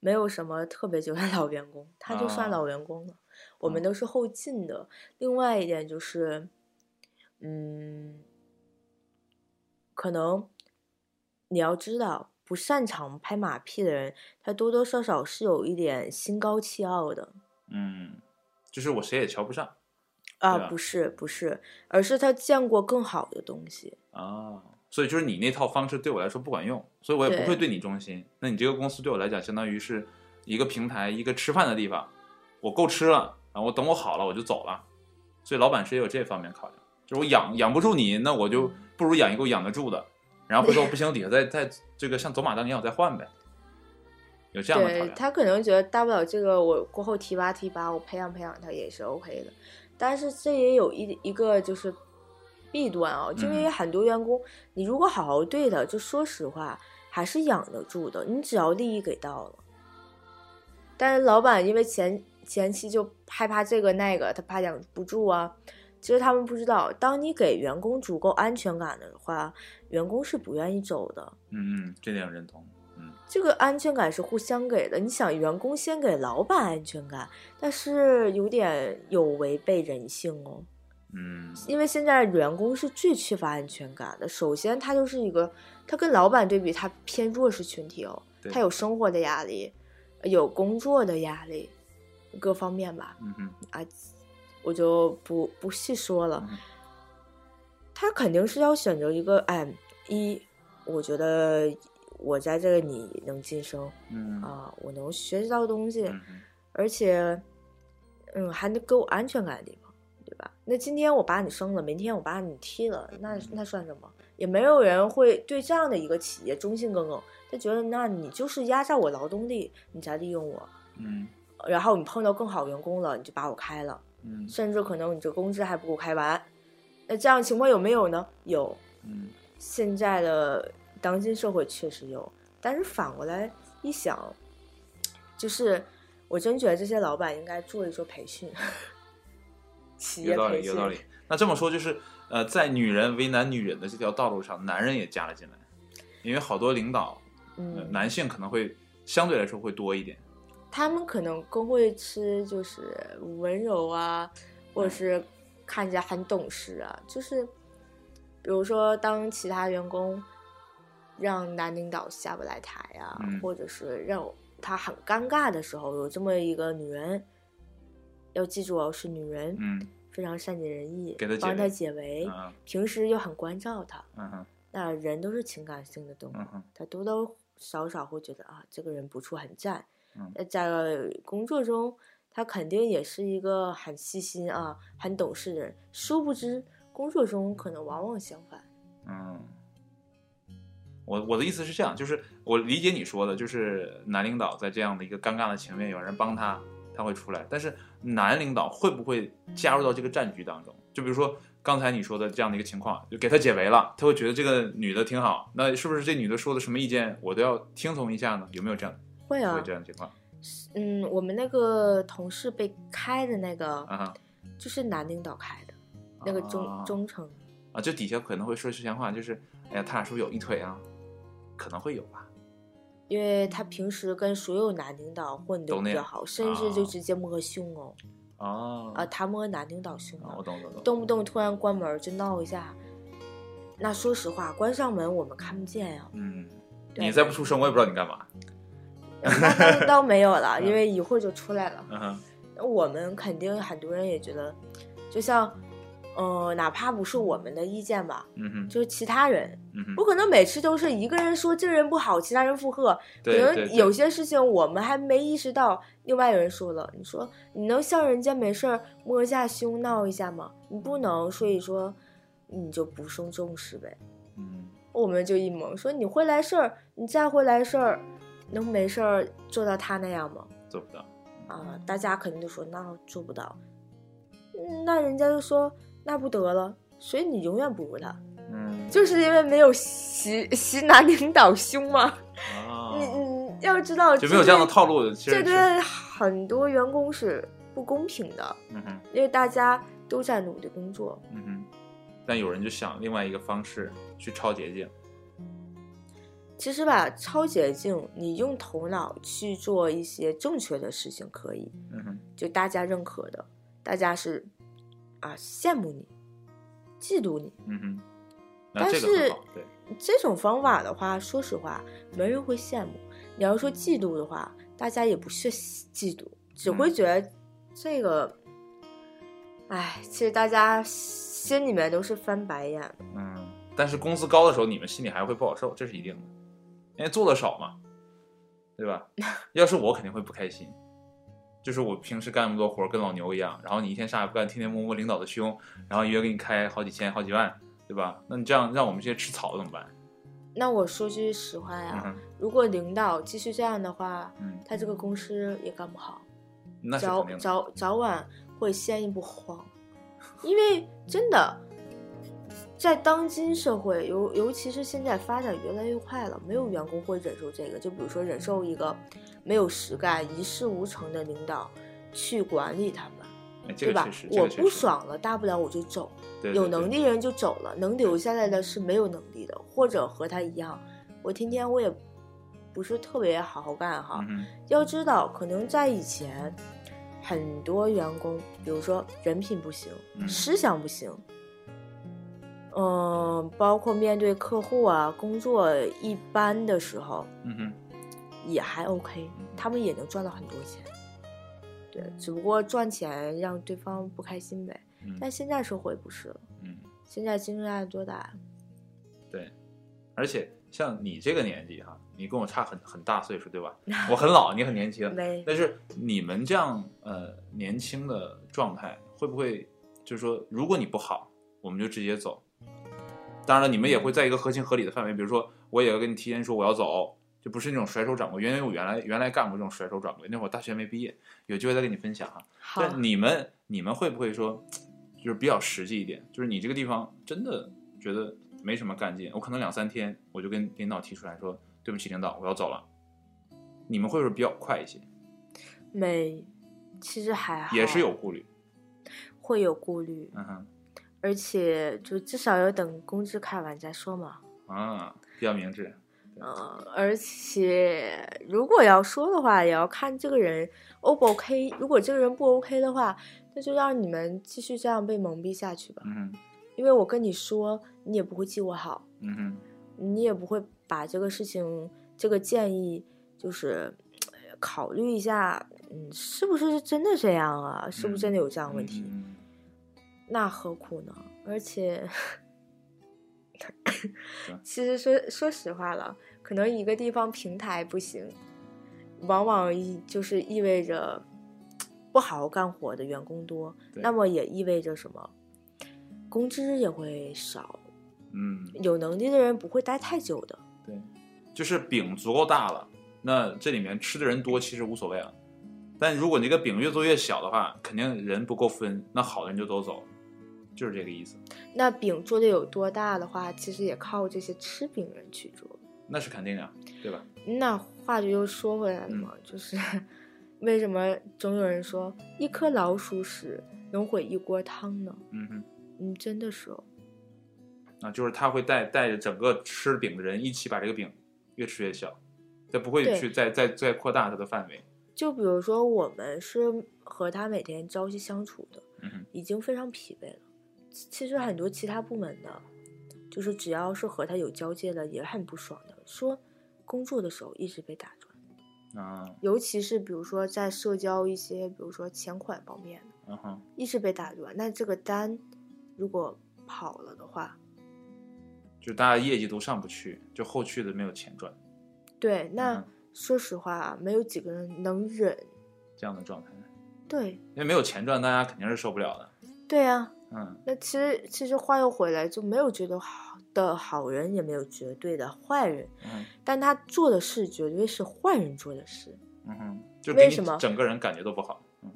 Speaker 2: 没有什么特别久 的老员工，他就
Speaker 1: 啊
Speaker 2: 算老员工了。我们
Speaker 1: 嗯
Speaker 2: 都是后进的。另外一点就是，嗯，可能你要知道，不擅长拍马屁的人，他多多少少是有一点心高气傲的。
Speaker 1: 哼嗯，就是我谁也瞧不上
Speaker 2: 啊，
Speaker 1: 对啊
Speaker 2: 不是不是，而是他见过更好的东西。
Speaker 1: 啊，所以就是你那套方式对我来说不管用，所以我也不
Speaker 2: 对
Speaker 1: 会对你忠心。那你这个公司对我来讲，相当于是一个平台，一个吃饭的地方，我够吃了，然后我等我好了我就走了。所以老板是也有这方面考量，就是我养养不住你，那我
Speaker 2: 嗯
Speaker 1: 就不如养一个我养得住的，然后回头不行底下再再这个像走马灯一样我再换呗。有这样的考
Speaker 2: 对
Speaker 1: 量。
Speaker 2: 他可能觉得大不了这个我过后提拔提拔，我培养培养他也是 OK 的，但是这也有一一个就是弊端啊、就因为
Speaker 1: 嗯
Speaker 2: 很多员工，你如果好好对他，就说实话还是养得住的，你只要利益给到了。但是老板因为前前期就害怕这个那个，他怕养不住啊。其实他们不知道，当你给员工足够安全感的话，员工是不愿意走的。
Speaker 1: 嗯嗯，这点我认同。嗯，
Speaker 2: 这个安全感是互相给的。你想，员工先给老板安全感，但是有点有违背人性哦。
Speaker 1: 嗯，
Speaker 2: 因为现在员工是最缺乏安全感的。首先，他就是一个，他跟老板对比，他偏弱势群体哦
Speaker 1: 对，
Speaker 2: 他有生活的压力，呃有工作的压力，各方面吧，
Speaker 1: 嗯哼，
Speaker 2: 我就不不细说了
Speaker 1: 嗯。
Speaker 2: 他肯定是要选择一个，哎，一，我觉得我在这个你能晋升，
Speaker 1: 嗯
Speaker 2: 啊，我能学习到东西，
Speaker 1: 嗯哼
Speaker 2: 而且，嗯，还能给我安全感的地方，对吧？那今天我把你升了，明天我把你踢了，那那算什么？也没有人会对这样的一个企业忠心耿耿，他觉得那你就是压榨我劳动力，你才利用我，
Speaker 1: 嗯
Speaker 2: 然后你碰到更好员工了，你就把我开了，
Speaker 1: 嗯
Speaker 2: 甚至可能你这工资还不够开完。那这样情况有没有呢？有，
Speaker 1: 嗯
Speaker 2: 现在的当今社会确实有，但是反过来一想，就是我真觉得这些老板应该做一做培训， 企
Speaker 1: 有
Speaker 2: 业
Speaker 1: 道
Speaker 2: 培
Speaker 1: 理，有
Speaker 2: 训，
Speaker 1: 道理。那这么说就是，呃，在女人为难女人的这条道路上，男人也加了进来，因为好多领导，呃
Speaker 2: 嗯，
Speaker 1: 男性可能会相对来说会多一点。
Speaker 2: 他们可能更会吃就是温柔啊，或
Speaker 1: 嗯
Speaker 2: 者是看起来很懂事啊，就是比如说当其他员工让男领导下不来台啊，
Speaker 1: 嗯
Speaker 2: 或者是让他很尴尬的时候，有这么一个女人，要记住哦，是女人，
Speaker 1: 嗯
Speaker 2: 非常善解人意，
Speaker 1: 给她解
Speaker 2: 帮他
Speaker 1: 围
Speaker 2: 解围，
Speaker 1: 嗯
Speaker 2: 平时又很关照他。
Speaker 1: 嗯哼
Speaker 2: 那人都是情感性的动物，
Speaker 1: 嗯哼
Speaker 2: 他多多少少会觉得啊，这个人不错，很赞。
Speaker 1: 嗯
Speaker 2: 那在工作中，他肯定也是一个很细心啊、很懂事的人。殊不知，工作中可能往往相反。
Speaker 1: 嗯。我我的意思是这样，就是我理解你说的，就是男领导在这样的一个尴尬的情面，有人帮他，他会出来。但是男领导会不会加入到这个战局当中？就比如说刚才你说的这样的一个情况，就给他解围了，他会觉得这个女的挺好，那是不是这女的说的什么意见我都要听从一下呢？有没有这样
Speaker 2: 会
Speaker 1: 会
Speaker 2: 啊，
Speaker 1: 这样的情况？
Speaker 2: 嗯，我们那个同事被开的那个，
Speaker 1: 啊哈，
Speaker 2: 就是男领导开的，那个中、
Speaker 1: 啊
Speaker 2: 中层。
Speaker 1: 啊，就底下可能会说吉祥话，就是哎呀，他俩是不是有一腿啊？可能会有吧。
Speaker 2: 因为他平时跟所有男领导混的
Speaker 1: 都那
Speaker 2: 比较
Speaker 1: 样
Speaker 2: 好，甚至就
Speaker 1: 啊
Speaker 2: 直接摸胸哦，
Speaker 1: 哦，
Speaker 2: 啊，他摸男领导胸哦
Speaker 1: 啊
Speaker 2: 了
Speaker 1: 我，懂懂懂。
Speaker 2: 动不动突然关门就闹一下。那说实话，关上门我们看不见呀、
Speaker 1: 嗯，
Speaker 2: 对
Speaker 1: 你再不出声，我也不知道你干嘛。
Speaker 2: 那倒倒没有了，
Speaker 1: 嗯
Speaker 2: 因为一会儿就出来了。
Speaker 1: 嗯哼，
Speaker 2: 那我们肯定很多人也觉得，就像，呃，哪怕不是我们的意见吧，
Speaker 1: 嗯哼，
Speaker 2: 就是其他人，
Speaker 1: 嗯
Speaker 2: 不
Speaker 1: 哼，
Speaker 2: 可能每次都是一个人说这个人不好，其他人附和。可
Speaker 1: 对对
Speaker 2: 能有
Speaker 1: 对，
Speaker 2: 些事情我们还没意识到，另外有人说了，你说你能像人家没事儿摸一下胸闹一下吗？你不能，所以说你就不受重视呗。
Speaker 1: 嗯
Speaker 2: 我们就一懵，说你会来事儿，你再会来事儿，能没事儿做到他那样吗？
Speaker 1: 做不到。
Speaker 2: 啊，大家肯定就说那做不到，嗯那人家就说那不得了，所以你永远不如他，
Speaker 1: 嗯，
Speaker 2: 就是因为没有习习男领导胸嘛。
Speaker 1: 啊，
Speaker 2: 你你要知道，
Speaker 1: 就没有这样的
Speaker 2: 对
Speaker 1: 套路，其
Speaker 2: 嗯
Speaker 1: 实
Speaker 2: 这
Speaker 1: 是，
Speaker 2: 对很多员工是不公平的，
Speaker 1: 嗯哼，
Speaker 2: 因为大家都在努力工作。
Speaker 1: 嗯哼。但有人就想另外一个方式去抄捷径，
Speaker 2: 其实吧，超捷径，你用头脑去做一些正确的事情可以，
Speaker 1: 嗯哼，
Speaker 2: 就大家认可的，大家是啊羡慕你、嫉妒你。
Speaker 1: 嗯哼。那
Speaker 2: 但
Speaker 1: 这个很
Speaker 2: 是
Speaker 1: 好，对，
Speaker 2: 这种方法的话，说实话，没人会羡慕。你要说嫉妒的话，大家也不屑嫉妒，只
Speaker 1: 嗯
Speaker 2: 会觉得这个，哎，其实大家心里面都是翻白眼的。
Speaker 1: 嗯。但是工资高的时候，你们心里还会不好受，这是一定的，因为做的少嘛，对 吧？要是我肯定会不开心，就是我平时干那么多活儿，跟老牛一样，然后你一天啥也不干，天天摸摸领导的胸，然后一月给你开好几千、好几万，对吧？那你这样让我们这些吃草的怎么办？
Speaker 2: 那我说句实话呀，
Speaker 1: 嗯，
Speaker 2: 如果领导继续这样的话，
Speaker 1: 嗯
Speaker 2: 他这个公司也干不好，
Speaker 1: 那是
Speaker 2: 早
Speaker 1: 肯定的。嗯
Speaker 2: 早早晚会陷一步荒，因为真的，在当今社会，尤尤其是现在发展越来越快了，没有员工会忍受这个。就比如说忍受一个没有实干、一事无成的领导去管理他们，
Speaker 1: 哎这个
Speaker 2: 对吧
Speaker 1: 确实，？这
Speaker 2: 我
Speaker 1: 个确
Speaker 2: 不
Speaker 1: 实，
Speaker 2: 爽了，大不了我就走。
Speaker 1: 对
Speaker 2: 有
Speaker 1: 对对
Speaker 2: 能力人就走了，能留下来的是没有能力的，或者和他一样，我天天我也不是特别好好干哈。
Speaker 1: 嗯哼
Speaker 2: 要知道，可能在以前，很多员工，比如说人品不行，
Speaker 1: 嗯
Speaker 2: 思想不行，嗯，包括面对客户啊、工作一般的时候，
Speaker 1: 嗯哼，
Speaker 2: 也还 OK，他们也能赚到很多钱。对，只不过赚钱让对方不开心呗。
Speaker 1: 嗯
Speaker 2: 但现在社会不是了，
Speaker 1: 嗯，
Speaker 2: 现在竞争压力多大？
Speaker 1: 对。而且像你这个年纪哈，你跟我差很很大岁数，对吧？我很老，你很年轻。
Speaker 2: 没
Speaker 1: 但是你们这样呃年轻的状态，会不会就是说，如果你不好，我们就直接走？当然了，你们也会在一个合情合理的范围，比如说我也要跟你提前说我要走，就不是那种甩手掌柜。因为我原来原来干过这种甩手掌柜，那会儿大学没毕业，有机会再跟你分享哈。
Speaker 2: 好，
Speaker 1: 但你们你们会不会说，就是比较实际一点，就是你这个地方真的觉得没什么干劲，我可能两三天我就跟领导提出来说，对不起，领导，我要走了。你们会不会比较快一些？
Speaker 2: 没，其实还好，
Speaker 1: 也是有顾虑。
Speaker 2: 会有顾虑，
Speaker 1: 嗯哼，
Speaker 2: 而且就至少要等工资开完再说嘛。
Speaker 1: 啊，比较明智。
Speaker 2: 嗯、而且如果要说的话，也要看这个人 O 不 OK。如果这个人不 OK 的话，那就让你们继续这样被蒙蔽下去吧。
Speaker 1: 嗯哼，
Speaker 2: 因为我跟你说，你也不会记我好，
Speaker 1: 嗯哼，
Speaker 2: 你也不会把这个事情、这个建议，就是呃考虑一下，嗯，是不是真的这样啊？是不是真的有这样的问题？
Speaker 1: 嗯
Speaker 2: 那何苦呢？而且
Speaker 1: 对，
Speaker 2: 其实说说实话了，可能一个地方平台不行，往往意就是意味着不好好干活的员工多，
Speaker 1: 对
Speaker 2: 那么也意味着什么？工资也会少，
Speaker 1: 嗯，
Speaker 2: 有能力的人不会待太久的。
Speaker 1: 对，就是饼足够大了，那这里面吃的人多其实无所谓了。但如果你这个饼越做越小的话，肯定人不够分，那好的人就都走了，就是这个意思。
Speaker 2: 那饼做的有多大的话，其实也靠这些吃饼人去做。
Speaker 1: 那是肯定的，对吧？
Speaker 2: 那话就又说回来了
Speaker 1: 嗯
Speaker 2: 嘛，就是 为什么总有人说一颗老鼠屎能毁一锅汤呢？
Speaker 1: 嗯哼，
Speaker 2: 嗯，真的是哦，
Speaker 1: 啊，就是他会带带着整个吃饼的人一起把这个饼越吃越小，他不会
Speaker 2: 对
Speaker 1: 去再再再扩大它的范围。
Speaker 2: 就比如说我们是和他每天朝夕相处的，
Speaker 1: 嗯哼，
Speaker 2: 已经非常疲惫了。其其实很多其他部门的，就是只要是和他有交界的，也很不爽的，说工作的时候一直被打断，
Speaker 1: 啊，
Speaker 2: 尤其是比如说在社交一些，比如说钱款方面。
Speaker 1: 嗯哼，
Speaker 2: 一直被打断，那这个单如果跑了的话，
Speaker 1: 就大家业绩都上不去，就后续的没有钱赚。
Speaker 2: 对，
Speaker 1: 嗯
Speaker 2: 那
Speaker 1: 哼
Speaker 2: 说实话啊，没有几个人能忍。
Speaker 1: 这样的状态，
Speaker 2: 对，
Speaker 1: 因为没有钱赚，大家肯定是受不了的。
Speaker 2: 对啊，
Speaker 1: 嗯，
Speaker 2: 那其实其实话又回来，就没有绝对好的好人，也没有绝对的坏人，
Speaker 1: 嗯
Speaker 2: 但他做的事绝对是坏人做的事。
Speaker 1: 嗯哼，就给
Speaker 2: 为
Speaker 1: 你
Speaker 2: 什么
Speaker 1: 整个人感觉都不好。嗯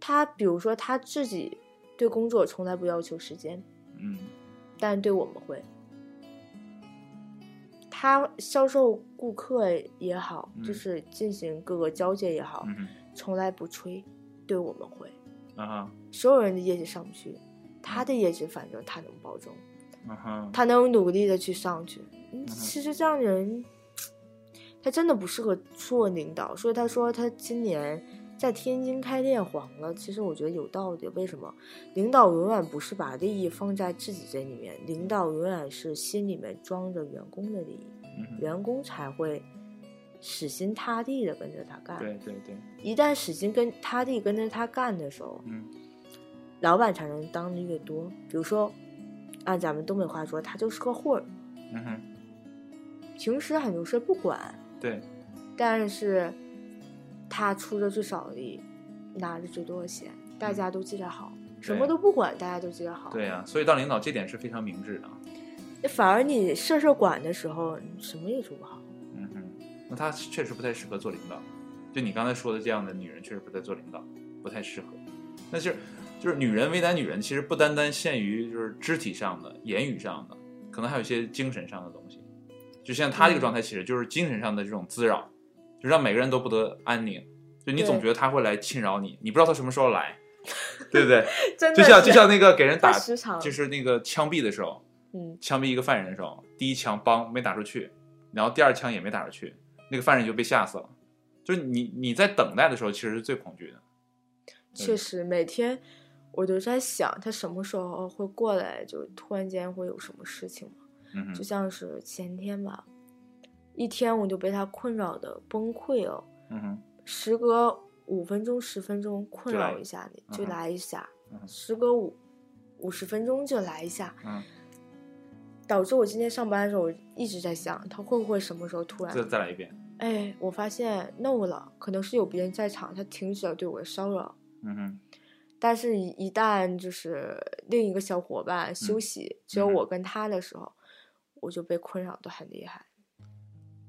Speaker 2: 他比如说他自己对工作从来不要求时间，
Speaker 1: 嗯
Speaker 2: 但对我们会。他销售顾客也好，
Speaker 1: 嗯
Speaker 2: 就是进行各个交接也好，
Speaker 1: 嗯
Speaker 2: 从来不吹，对我们会，
Speaker 1: 哼啊哈
Speaker 2: 所有人的业绩上不去，他的业绩反正他能保证，
Speaker 1: 嗯哼，
Speaker 2: 他能努力的去上去。嗯
Speaker 1: 嗯哼
Speaker 2: 其实这样的人，他真的不适合做领导，所以他说他今年在天津开店黄了。其实我觉得有道理，为什么？领导永远不是把利益放在自己这里面，领导永远是心里面装着员工的利益，
Speaker 1: 嗯哼
Speaker 2: 员工才会死心塌地的跟着他干。
Speaker 1: 对对对，
Speaker 2: 一旦使劲跟他弟跟着他干的时候，
Speaker 1: 嗯
Speaker 2: 老板才能当的越多。比如说，按咱们东北话说，他就是个混儿，
Speaker 1: 嗯哼，
Speaker 2: 平时很多事不管，
Speaker 1: 对，
Speaker 2: 但是他出的最少的力，拿的最多的钱，大家都记得好，什么都不管，大家都记得好。
Speaker 1: 对呀、所以当领导这点是非常明智的啊。
Speaker 2: 反而你事事管的时候，你什么也做不好。
Speaker 1: 嗯哼，那她确实不太适合做领导。就你刚才说的这样的女人，确实不太做领导，不太适合。那就是就是女人为难女人，其实不单单限于就是肢体上的、言语上的，可能还有一些精神上的东西。就像她这个状
Speaker 2: 嗯
Speaker 1: 态，其实就是精神上的这种滋扰，就让每个人都不得安宁。就你总
Speaker 2: 对
Speaker 1: 觉得她会来侵扰你，你不知道她什么时候 来，对不对？
Speaker 2: 真的
Speaker 1: 就像
Speaker 2: 是
Speaker 1: 就像那个给人打
Speaker 2: 在时常
Speaker 1: 就是那个枪毙的时候，
Speaker 2: 嗯，
Speaker 1: 枪毙一个犯人的时候，第一枪梆没打出去，然后第二枪也没打出去，那个犯人就被吓死了。就是你你在等待的时候，其实是最恐惧的。
Speaker 2: 确实每天我都在想，他什么时候会过来，就突然间会有什么事情。
Speaker 1: 嗯
Speaker 2: 就
Speaker 1: 哼，
Speaker 2: 像是前天吧，一天我就被他困扰的崩溃哦，
Speaker 1: 嗯哼，
Speaker 2: 时隔五分钟、十分钟困
Speaker 1: 就来
Speaker 2: 扰一下你，就
Speaker 1: 嗯哼
Speaker 2: 来一下，
Speaker 1: 嗯哼
Speaker 2: 时隔五五十分钟就来一下，
Speaker 1: 嗯，
Speaker 2: 导致我今天上班的时候，我一直在想他会不会什么时候突
Speaker 1: 再
Speaker 2: 然，
Speaker 1: 再来一遍。
Speaker 2: 哎，我发现 no 了，可能是有别人在场，他停止了对我的骚扰。
Speaker 1: 嗯哼，
Speaker 2: 但是一，一旦就是另一个小伙伴休息，只有
Speaker 1: 嗯哼
Speaker 2: 我跟他的时候，我就被困扰的很厉害。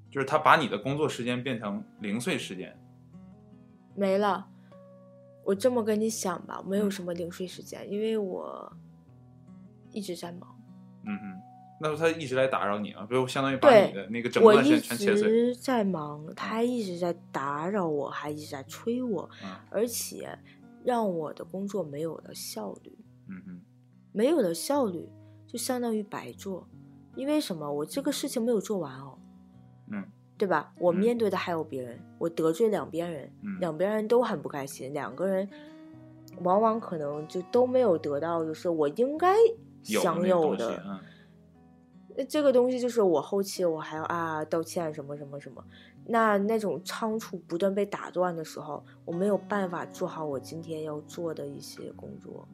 Speaker 1: 就是他把你的工作时间变成零碎时间。
Speaker 2: 没了。我这么跟你想吧，没有
Speaker 1: 嗯
Speaker 2: 什么零碎时间，因为我一直在忙。
Speaker 1: 嗯哼，那么他一直来打扰你啊，比如相当于把你的那个整
Speaker 2: 我
Speaker 1: 段时
Speaker 2: 一
Speaker 1: 间全切碎。
Speaker 2: 直在忙，他一直在打扰我，还一直在催我，
Speaker 1: 嗯
Speaker 2: 而且让我的工作没有了效率，
Speaker 1: 嗯哼，
Speaker 2: 没有了效率就相当于白做。因为什么？我这个事情没有做完哦，
Speaker 1: 嗯
Speaker 2: 对吧？我
Speaker 1: 嗯
Speaker 2: 面对的还有别人，我得罪两边人，
Speaker 1: 嗯
Speaker 2: 两边人都很不开心，两个人往往可能就都没有得到，就是我应该
Speaker 1: 有的那
Speaker 2: 享
Speaker 1: 个
Speaker 2: 有
Speaker 1: 东西
Speaker 2: 的。
Speaker 1: 嗯
Speaker 2: 那这个东西就是我后期我还要啊道歉什么什么什么，那那种仓促不断被打断的时候，我没有办法做好我今天要做的一些工作。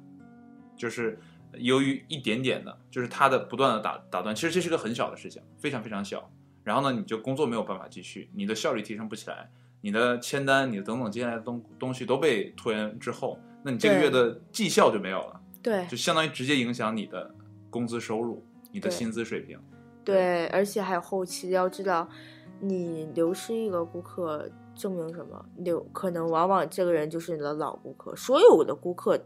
Speaker 1: 就是由于一点点的，就是他的不断的打打断，其实这是个很小的事情，非常非常小。然后呢，你就工作没有办法继续，你的效率提升不起来，你的签单，你的等等接下来的东东西都被拖延之后，那你这个
Speaker 2: 对
Speaker 1: 月的绩效就没有了，
Speaker 2: 对
Speaker 1: 就相当于直接影响你的工资收入、你的
Speaker 2: 对
Speaker 1: 薪资水平。
Speaker 2: 对，而且还有后期要知道，你流失一个顾客证明什么？流可能往往这个人就是你的老顾客，所有的顾客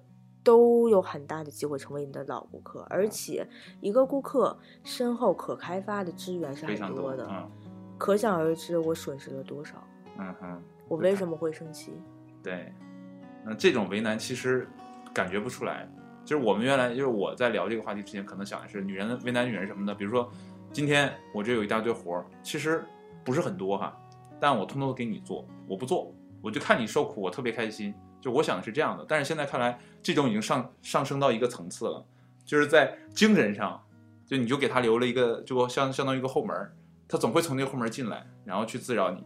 Speaker 2: 都有很大的机会成为你的老顾客，
Speaker 1: 哦
Speaker 2: 而且一个顾客身后可开发的资源是
Speaker 1: 非
Speaker 2: 很
Speaker 1: 常
Speaker 2: 多的，
Speaker 1: 嗯
Speaker 2: 可想而知我损失了多少。
Speaker 1: 嗯哼，
Speaker 2: 我为什么会生气？
Speaker 1: 对，嗯，这种为难其实感觉不出来。就是我们原来，就是我在聊这个话题之前，可能想的是女人为难女人什么的。比如说，今天我这有一大堆活儿，其实不是很多哈，但我通通都给你做，我不做，我就看你受苦，我特别开心。就我想的是这样的，但是现在看来，这种已经上上升到一个层次了，就是在精神上，就你就给他留了一个，就相相当于一个后门儿，他总会从那个后门进来，然后去滋扰你，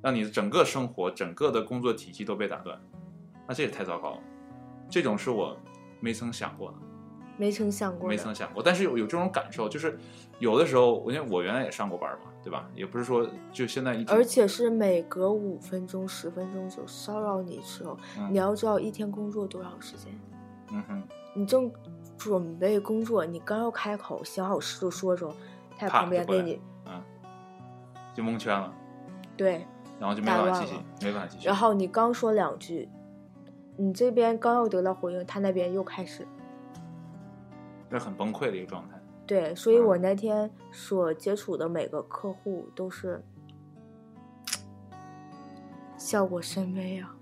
Speaker 1: 让你整个生活、整个的工作体系都被打断，那这也太糟糕了。这种是我没曾想过的，
Speaker 2: 没曾想过
Speaker 1: 没
Speaker 2: 的
Speaker 1: 曾想过。但是有有这种感受，就是有的时候，我因为我原来也上过班嘛，对吧？也不是说就现在一直
Speaker 2: 而且是每隔五分钟、十分钟就骚扰你一次哦。
Speaker 1: 嗯
Speaker 2: 你要知道一天工作多少时间？
Speaker 1: 嗯哼，
Speaker 2: 你正准备工作，你刚要开口想好事就说的时候，他在
Speaker 1: 啪
Speaker 2: 旁边
Speaker 1: 就过
Speaker 2: 给
Speaker 1: 来
Speaker 2: 你
Speaker 1: 就蒙圈了，
Speaker 2: 对，
Speaker 1: 然后就没办
Speaker 2: 打
Speaker 1: 法
Speaker 2: 乱
Speaker 1: 继续
Speaker 2: 了，
Speaker 1: 没办法继续。
Speaker 2: 然后你刚说两句，你这边刚要得到回应，他那边又开始。
Speaker 1: 这是很崩溃的一个状态。
Speaker 2: 对，所以
Speaker 1: 嗯
Speaker 2: 我那天所接触的每个客户都是效果甚微啊。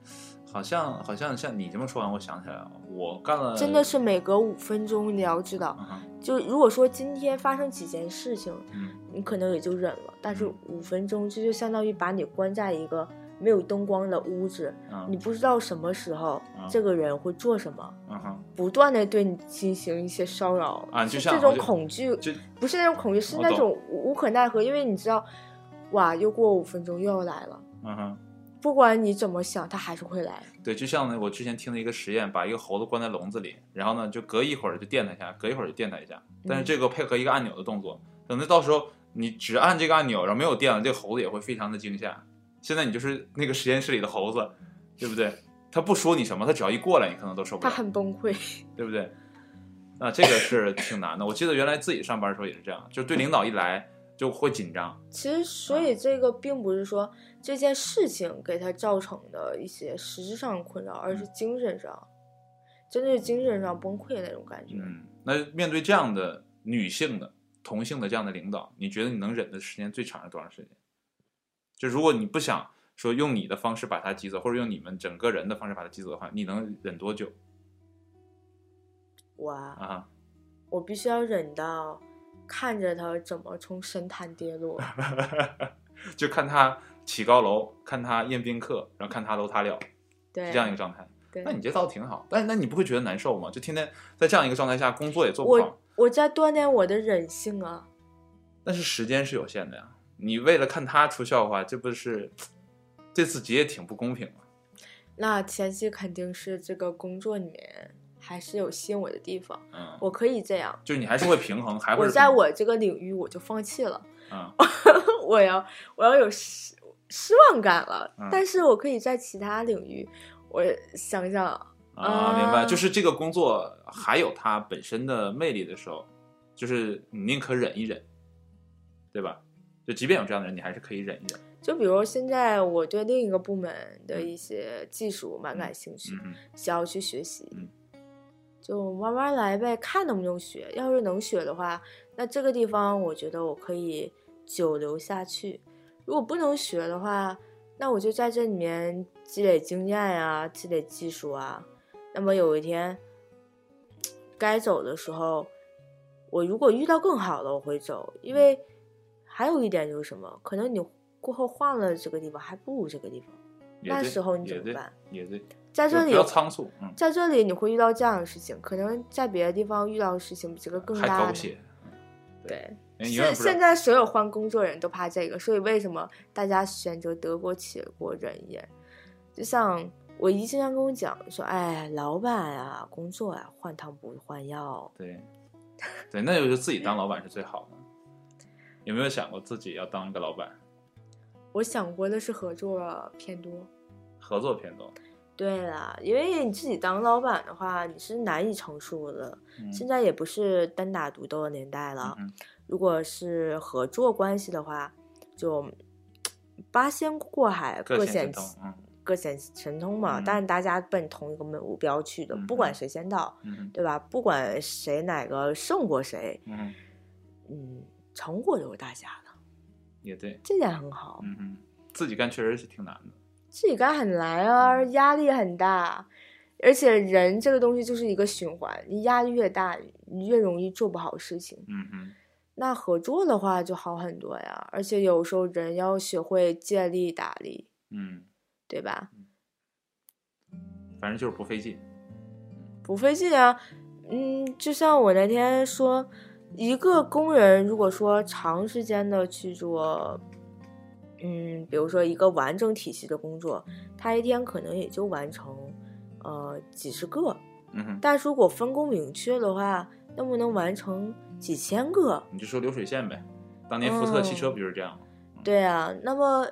Speaker 1: 好像好像像你这么说完，我想起来了，我干了
Speaker 2: 真的是每隔五分钟，你要知道
Speaker 1: 嗯，哼
Speaker 2: 就如果说今天发生几件事情，
Speaker 1: 嗯
Speaker 2: 你可能也就忍了，但是
Speaker 1: 嗯
Speaker 2: 五分钟这就相当于把你关在一个没有灯光的屋子，你
Speaker 1: 嗯
Speaker 2: 不知道什么时候
Speaker 1: 嗯
Speaker 2: 这个人会做什么，
Speaker 1: 嗯哼，
Speaker 2: 不断的对你进行一些骚扰
Speaker 1: 啊
Speaker 2: 是
Speaker 1: 就像
Speaker 2: 这
Speaker 1: 我
Speaker 2: 种
Speaker 1: 就
Speaker 2: 恐惧，
Speaker 1: 就
Speaker 2: 不是那种恐惧，是
Speaker 1: 我
Speaker 2: 那
Speaker 1: 懂
Speaker 2: 种无无可奈何，因为你知道，哇，又过五分钟又要来了，
Speaker 1: 嗯哼。
Speaker 2: 不管你怎么想，他还是会来。
Speaker 1: 对，就像呢，我之前听了一个实验，把一个猴子关在笼子里，然后呢，就隔一会儿就电它一下，隔一会儿就电它一下。但是这个配合一个按钮的动作，等到到时候你只按这个按钮，然后没有电了，这个猴子也会非常的惊吓。现在你就是那个实验室里的猴子，对不对？他不说你什么，他只要一过来，你可能都受不
Speaker 2: 他
Speaker 1: 了，
Speaker 2: 很崩溃，
Speaker 1: 对不对？那这个是挺难的。我记得原来自己上班的时候也是这样，就对领导一来就会紧张。
Speaker 2: 其实，所
Speaker 1: 嗯
Speaker 2: 以这个并不是说这件事情给他造成的一些实质上的困扰，而是
Speaker 1: 嗯
Speaker 2: 精神上，真的是精神上崩溃的那种感觉。
Speaker 1: 嗯，那面对这样的女性的、同性的这样的领导，你觉得你能忍的时间最长是多长时间？就如果你不想说用你的方式把他挤走，或者用你们整个人的方式把他挤走的话，你能忍多久
Speaker 2: 我啊，
Speaker 1: 啊？
Speaker 2: 我必须要忍到看着他怎么从神坛跌 落。
Speaker 1: 就看他起高楼，看他宴宾客，然后看他楼塌了，
Speaker 2: 对，
Speaker 1: 是这样一个状态。
Speaker 2: 对
Speaker 1: 那你这倒挺好，但那你不会觉得难受吗？就天天在这样一个状态下，工作也做不好
Speaker 2: 我，我在锻炼我的忍性啊。
Speaker 1: 但是时间是有限的呀。你为了看他出笑话，这不是对自己也挺不公平吗？
Speaker 2: 那前期肯定是这个工作里面还是有吸引我的地方，
Speaker 1: 嗯，
Speaker 2: 我可以这样。
Speaker 1: 就是你还是会平衡，还会
Speaker 2: 我在我这个领域我就放弃了，
Speaker 1: 嗯
Speaker 2: 我要我要有失失望感了。
Speaker 1: 嗯
Speaker 2: 但是我可以在其他领域，我想想，
Speaker 1: 啊，明
Speaker 2: 啊
Speaker 1: 白，就是这个工作还有它本身的魅力的时候，就是你宁可忍一忍，对吧？就即便有这样的人，你还是可以忍一忍。
Speaker 2: 就比如现在我对另一个部门的一些技术蛮感兴趣，
Speaker 1: 嗯
Speaker 2: 想要去学习
Speaker 1: 嗯，
Speaker 2: 就慢慢来呗，看能不能学。要是能学的话，那这个地方我觉得我可以久留下去；如果不能学的话，那我就在这里面积累经验啊，积累技术啊。那么有一天该走的时候，我如果遇到更好的，我会走。因
Speaker 1: 嗯
Speaker 2: 为还有一点就是什么，可能你过后换了这个地方，还不如这个地方。
Speaker 1: 也
Speaker 2: 那
Speaker 1: 对
Speaker 2: 时候你怎
Speaker 1: 也
Speaker 2: 么
Speaker 1: 对
Speaker 2: 办？
Speaker 1: 也对，
Speaker 2: 在
Speaker 1: 就
Speaker 2: 这里
Speaker 1: 不要仓促，嗯，
Speaker 2: 在这里你会遇到这样的事情，可能在别的地方遇到的事情比这个更
Speaker 1: 还
Speaker 2: 大
Speaker 1: 狗
Speaker 2: 呢。
Speaker 1: 血。
Speaker 2: 对，
Speaker 1: 哎你永远不
Speaker 2: 现
Speaker 1: 知道
Speaker 2: 现在所有换工作人都怕这个，所以为什么大家选择德国、且国忍一忍？就像我姨经常跟我讲说，哎，老板啊，工作啊，换汤不换药。
Speaker 1: 对，对，那就是自己当老板是最好的。有没有想过自己要当一个老板？
Speaker 2: 我想过的是合作偏多。
Speaker 1: 合作偏多，
Speaker 2: 对啦，因为你自己当老板的话，你是难以成熟的。
Speaker 1: 嗯
Speaker 2: 现啊在也不是单打独斗的年代了，
Speaker 1: 嗯
Speaker 2: 如果是合作关系的话，就八仙过海，各
Speaker 1: 各
Speaker 2: 显
Speaker 1: 显神通，嗯
Speaker 2: 各显神通嘛。
Speaker 1: 嗯
Speaker 2: 但是大家奔同一个目标去的，
Speaker 1: 嗯
Speaker 2: 不管谁先到，
Speaker 1: 嗯
Speaker 2: 对吧？不管谁哪个胜过谁，
Speaker 1: 嗯，
Speaker 2: 嗯，成果都是大家的，
Speaker 1: 也对，
Speaker 2: 这点很好。
Speaker 1: 嗯嗯，自己干确实是挺难的，
Speaker 2: 自己干很难啊，
Speaker 1: 嗯
Speaker 2: 压力很大，而且人这个东西就是一个循环，你压力越大，你越容易做不好事情。
Speaker 1: 嗯嗯，
Speaker 2: 那合作的话就好很多呀，而且有时候人要学会借力打力，
Speaker 1: 嗯，
Speaker 2: 对吧？
Speaker 1: 反正就是不费劲，
Speaker 2: 不费劲啊。嗯，就像我那天说，一个工人如果说长时间的去做，嗯，比如说一个完整体系的工作，他一天可能也就完成，呃，几十个。
Speaker 1: 嗯哼，
Speaker 2: 但是如果分工明确的话，那么能完成几千个。
Speaker 1: 你就说流水线呗，当年福特汽车
Speaker 2: 哦
Speaker 1: 不就是这样吗？
Speaker 2: 对啊，那么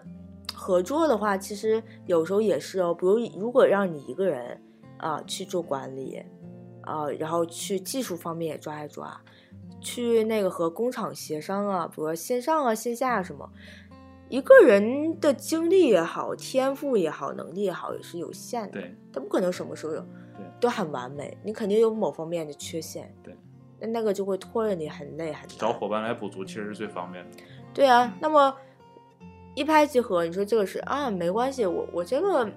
Speaker 2: 合作的话，其实有时候也是哦。比如，如果让你一个人啊、去做管理，啊、然后去技术方面也抓一抓，去那个和工厂协商啊，比如说线上啊、线下啊什么，一个人的精力也好、天赋也好、能力也好，也是有限的。
Speaker 1: 对，
Speaker 2: 他不可能什么时候都很完美，你肯定有某方面的缺陷。
Speaker 1: 对，
Speaker 2: 那那个就会拖着你很累很累。
Speaker 1: 找伙伴来补足其实是最方便的，
Speaker 2: 对啊，那么一拍即合，你说这个是啊，没关系，我我这个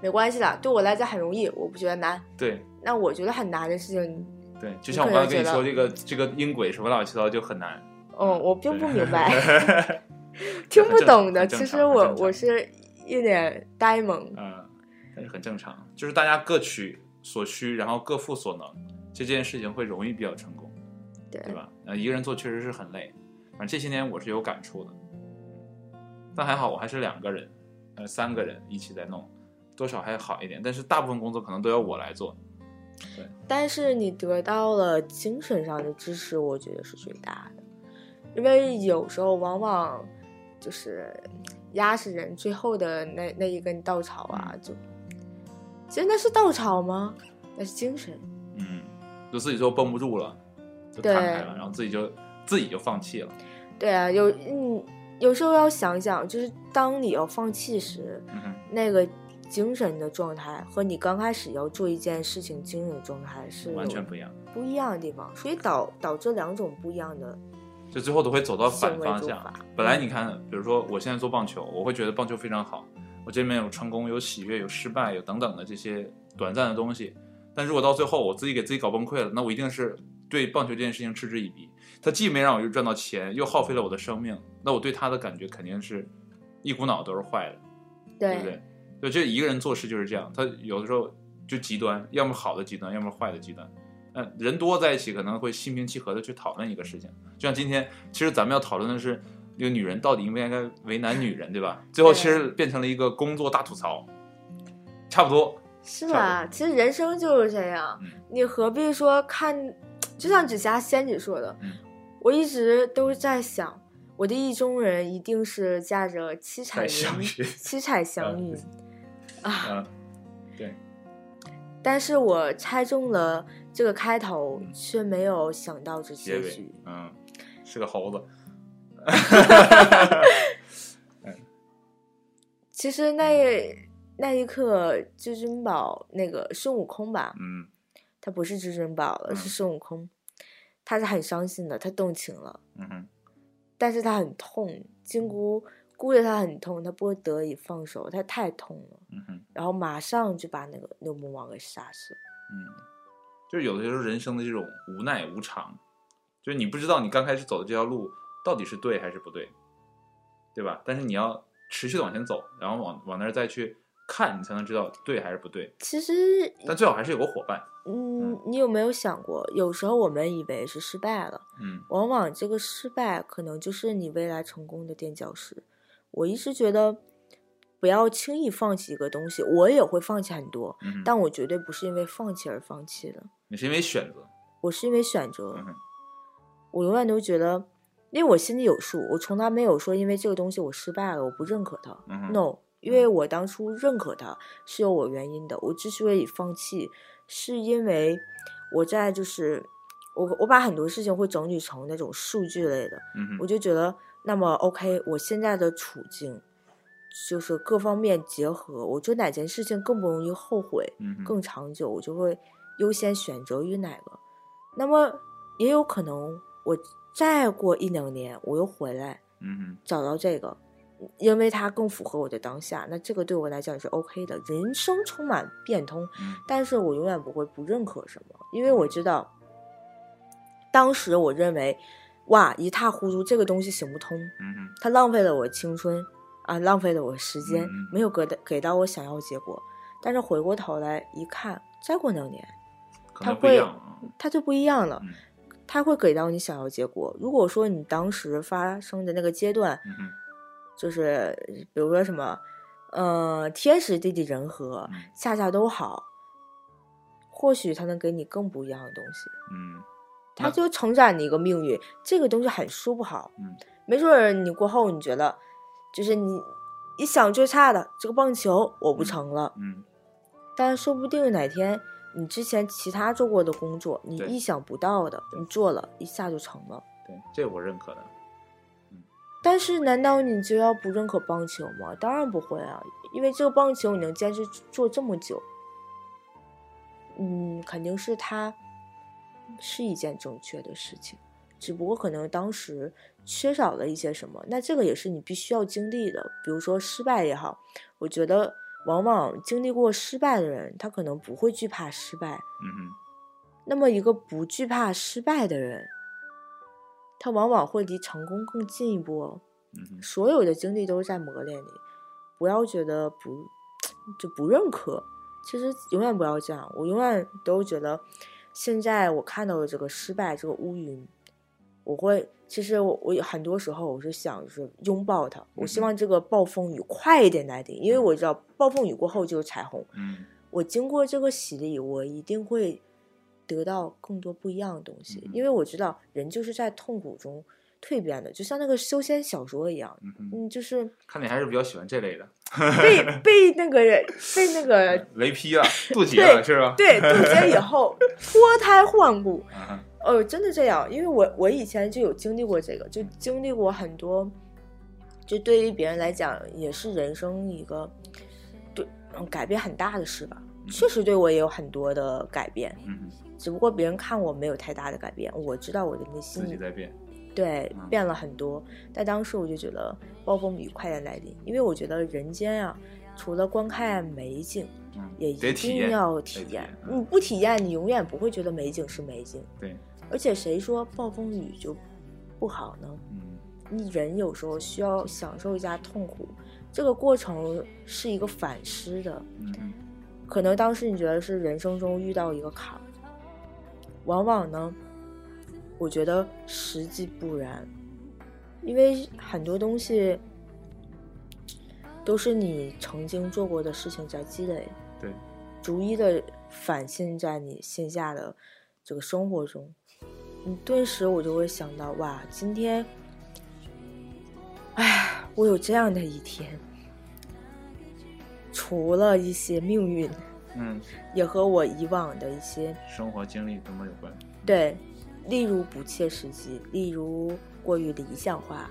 Speaker 2: 没关系的，对我来讲很容易，我不觉得难。
Speaker 1: 对
Speaker 2: 那我觉得很难的事情，
Speaker 1: 对，就像我
Speaker 2: 你
Speaker 1: 刚
Speaker 2: 可
Speaker 1: 才跟你
Speaker 2: 能觉得
Speaker 1: 说这个这个音轨什么乱七八糟就很难，
Speaker 2: 嗯，我并
Speaker 1: 对
Speaker 2: 不明白，
Speaker 1: 这
Speaker 2: 听不懂的。
Speaker 1: 很正
Speaker 2: 其实
Speaker 1: 常很
Speaker 2: 我
Speaker 1: 正常
Speaker 2: 我是一脸呆萌，
Speaker 1: 嗯，但是很正常，就是大家各取所需，然后各负所能，这件事情会容易比较成功，
Speaker 2: 对
Speaker 1: 对吧？呃，一个人做确实是很累，反正这些年我是有感触的，但还好我还是两个人，呃，三个人一起在弄，多少还好一点，但是大部分工作可能都要我来做，
Speaker 2: 但是你得到了精神上的支持，我觉得是最大的，因为有时候往往就是压死人最后的那那一根稻
Speaker 1: 嗯
Speaker 2: 草啊，就其实那是稻草吗？那是精神。
Speaker 1: 嗯，就自己就绷不住了，就摊开了，然后自己就自己就放弃了。
Speaker 2: 对啊，有嗯，有时候要想想，就是当你要放弃时，
Speaker 1: 嗯哼，
Speaker 2: 那个精神的状态和你刚开始要做一件事情精神的状态是
Speaker 1: 完
Speaker 2: 有
Speaker 1: 全不一样，
Speaker 2: 不一样的地方，所以导导致两种不一样的
Speaker 1: 就最后都会走到反
Speaker 2: 行为
Speaker 1: 方
Speaker 2: 做
Speaker 1: 向。
Speaker 2: 法。
Speaker 1: 本来你看，比如说我现在做棒球，我会觉得棒球非常好，我这里面有成功、有喜悦、有失败、有等等的这些短暂的东西。但如果到最后我自己给自己搞崩溃了，那我一定是对棒球这件事情嗤之以鼻。它既没让我又赚到钱，又耗费了我的生命，那我对它的感觉肯定是一股脑都是坏的，对不对？就这一个人做事就是这样，他有的时候就极端，要么好的极端，要么坏的极端。嗯，人多在一起可能会心平气和的去讨论一个事情，就像今天，其实咱们要讨论的是，这个女人到底应不应该为难女人，对吧？最后其实变成了一个工作大吐槽，差不多。
Speaker 2: 是吧？其实人生就是这样，
Speaker 1: 嗯
Speaker 2: 你何必说看？就像紫霞仙子说的，
Speaker 1: 嗯
Speaker 2: 我一直都在想，我的意中人一定是驾着七彩
Speaker 1: 再相
Speaker 2: 云
Speaker 1: 遇，
Speaker 2: 七彩祥云。
Speaker 1: 嗯，
Speaker 2: 但是我猜中了这个开头
Speaker 1: 嗯，
Speaker 2: 却没有想到这
Speaker 1: 结
Speaker 2: 结
Speaker 1: 尾
Speaker 2: 局。，
Speaker 1: 嗯，是个猴子，
Speaker 2: 其实那
Speaker 1: 嗯
Speaker 2: 那一刻，至尊宝那个孙悟空吧，
Speaker 1: 嗯
Speaker 2: 他不是至尊宝了，
Speaker 1: 嗯
Speaker 2: 是孙悟空，他是很伤心的，他动情了。
Speaker 1: 嗯哼，
Speaker 2: 但是他很痛，金箍箍着他很痛，他不得已放手，他太痛了，
Speaker 1: 嗯哼，
Speaker 2: 然后马上就把那个牛魔王给杀死了。
Speaker 1: 嗯，就是有的时候人生的这种无奈无常，就是你不知道你刚开始走的这条路到底是对还是不对，对吧？但是你要持续的往前走，然后往往那儿再去看，你才能知道对还是不对。
Speaker 2: 其实，
Speaker 1: 但最好还是有个伙伴，
Speaker 2: 嗯，你有没有想过，有时候我们以为是失败了，
Speaker 1: 嗯
Speaker 2: 往往这个失败可能就是你未来成功的垫脚石。我一直觉得，不要轻易放弃一个东西，我也会放弃很多，
Speaker 1: 嗯哼，
Speaker 2: 但我绝对不是因为放弃而放弃的，
Speaker 1: 你是因为选择，
Speaker 2: 我是因为选择。
Speaker 1: 嗯哼，
Speaker 2: 我永远都觉得，因为我心里有数，我从来没有说因为这个东西我失败了，我不认可它。
Speaker 1: 嗯哼
Speaker 2: No，因为我当初认可它是有我原因的。我之所以放弃，是因为我在就是我我把很多事情会整理成那种数据类的，
Speaker 1: 嗯
Speaker 2: 我
Speaker 1: 哼，
Speaker 2: 就觉得那么 OK，我现在的处境就是各方面结合，我做哪件事情更不容易后悔。
Speaker 1: 嗯哼，
Speaker 2: 更长久，我就会优先选择于哪个。那么也有可能我再过一两年我又回来
Speaker 1: 嗯哼，
Speaker 2: 找到这个，因为它更符合我的当下。那这个对我来讲是 OK 的。人生充满变通，
Speaker 1: 嗯
Speaker 2: 但是我永远不会不认可什么，因为我知道，当时我认为，哇，一塌糊涂，这个东西行不通，
Speaker 1: 嗯哼，
Speaker 2: 它浪费了我青春啊，浪费了我时间，
Speaker 1: 嗯
Speaker 2: 没有给到给到我想要的结果。但是回过头来一看，再过两年，
Speaker 1: 可
Speaker 2: 他
Speaker 1: 能不一
Speaker 2: 会
Speaker 1: 样啊。
Speaker 2: 它就不一样了
Speaker 1: 嗯，
Speaker 2: 它会给到你想要的结果。如果说你当时发生的那个阶段，
Speaker 1: 嗯哼，
Speaker 2: 就是比如说什么，呃，天时地利人和
Speaker 1: 嗯，
Speaker 2: 恰恰都好，或许它能给你更不一样的东西。
Speaker 1: 嗯
Speaker 2: 它
Speaker 1: 那
Speaker 2: 就承载你一个命运，这个东西很说不好。
Speaker 1: 嗯，
Speaker 2: 没准儿你过后你觉得，就是你你想最差的这个棒球我不
Speaker 1: 嗯
Speaker 2: 成了，
Speaker 1: 嗯
Speaker 2: 但说不定哪天你之前其他做过的工作，你
Speaker 1: 对
Speaker 2: 意想不到的你做了一下就成了。，
Speaker 1: 对，这我认可的。
Speaker 2: 但是难道你就要不认可棒球吗？当然不会啊，因为这个棒球你能坚持做这么久，嗯，肯定是它是一件正确的事情，只不过可能当时缺少了一些什么，那这个也是你必须要经历的，比如说失败也好，我觉得往往经历过失败的人，他可能不会惧怕失败，
Speaker 1: 嗯哼，
Speaker 2: 那么一个不惧怕失败的人，他往往会离成功更近一步哦。
Speaker 1: 嗯哼，
Speaker 2: 所有的经历都是在磨练你，不要觉得不就不认可。其实永远不要这样，我永远都觉得，现在我看到的这个失败，这个乌云，我会其实我我有很多时候我是想就是拥抱它，我
Speaker 1: 嗯
Speaker 2: 希望这个暴风雨快一点来临，因为我知道暴风雨过后就是彩虹。
Speaker 1: 嗯
Speaker 2: 我经过这个洗礼，我一定会得到更多不一样的东西，
Speaker 1: 嗯
Speaker 2: 因为我知道人就是在痛苦中蜕变的，就像那个修仙小说一样，
Speaker 1: 嗯哼，
Speaker 2: 嗯，就是
Speaker 1: 看你还是比较喜欢这类的，
Speaker 2: 被 被那个人被那个
Speaker 1: 雷劈 了，渡劫了
Speaker 2: 对
Speaker 1: 是吧？
Speaker 2: 对渡劫以 后脱胎换骨，
Speaker 1: 嗯哼，
Speaker 2: 哦，真的这样，因为我我以前就有经历过这个，就经历过很多，就对于别人来讲也是人生一个对嗯改变很大的事吧。确实对我也有很多的改变，
Speaker 1: 嗯哼，
Speaker 2: 只不过别人看我没有太大的改变，我知道我的内
Speaker 1: 自己
Speaker 2: 心
Speaker 1: 在变，
Speaker 2: 对
Speaker 1: 嗯
Speaker 2: 变了很多。但当时我就觉得暴风雨快点来临，因为我觉得人间啊，除了观看美景，
Speaker 1: 嗯，
Speaker 2: 也
Speaker 1: 得
Speaker 2: 一
Speaker 1: 体
Speaker 2: 定
Speaker 1: 验，
Speaker 2: 要
Speaker 1: 得
Speaker 2: 体
Speaker 1: 体
Speaker 2: 验
Speaker 1: 验。嗯
Speaker 2: 你不体验，你永远不会觉得美景是美景。
Speaker 1: 对，
Speaker 2: 而且谁说暴风雨就不好呢？
Speaker 1: 嗯
Speaker 2: 你人有时候需要享受一下痛苦，这个过程是一个反思的。
Speaker 1: 嗯嗯
Speaker 2: 可能当时你觉得是人生中遇到一个坎儿，往往呢，我觉得实际不然，因为很多东西都是你曾经做过的事情在积累，
Speaker 1: 对，
Speaker 2: 逐一的反映在你线下的这个生活中，你顿时我就会想到，哇，今天，哎，我有这样的一天，除了一些命运，
Speaker 1: 嗯，
Speaker 2: 也和我以往的一些
Speaker 1: 生活经历等等有关，
Speaker 2: 对，例如不切实际，例如过于理想化，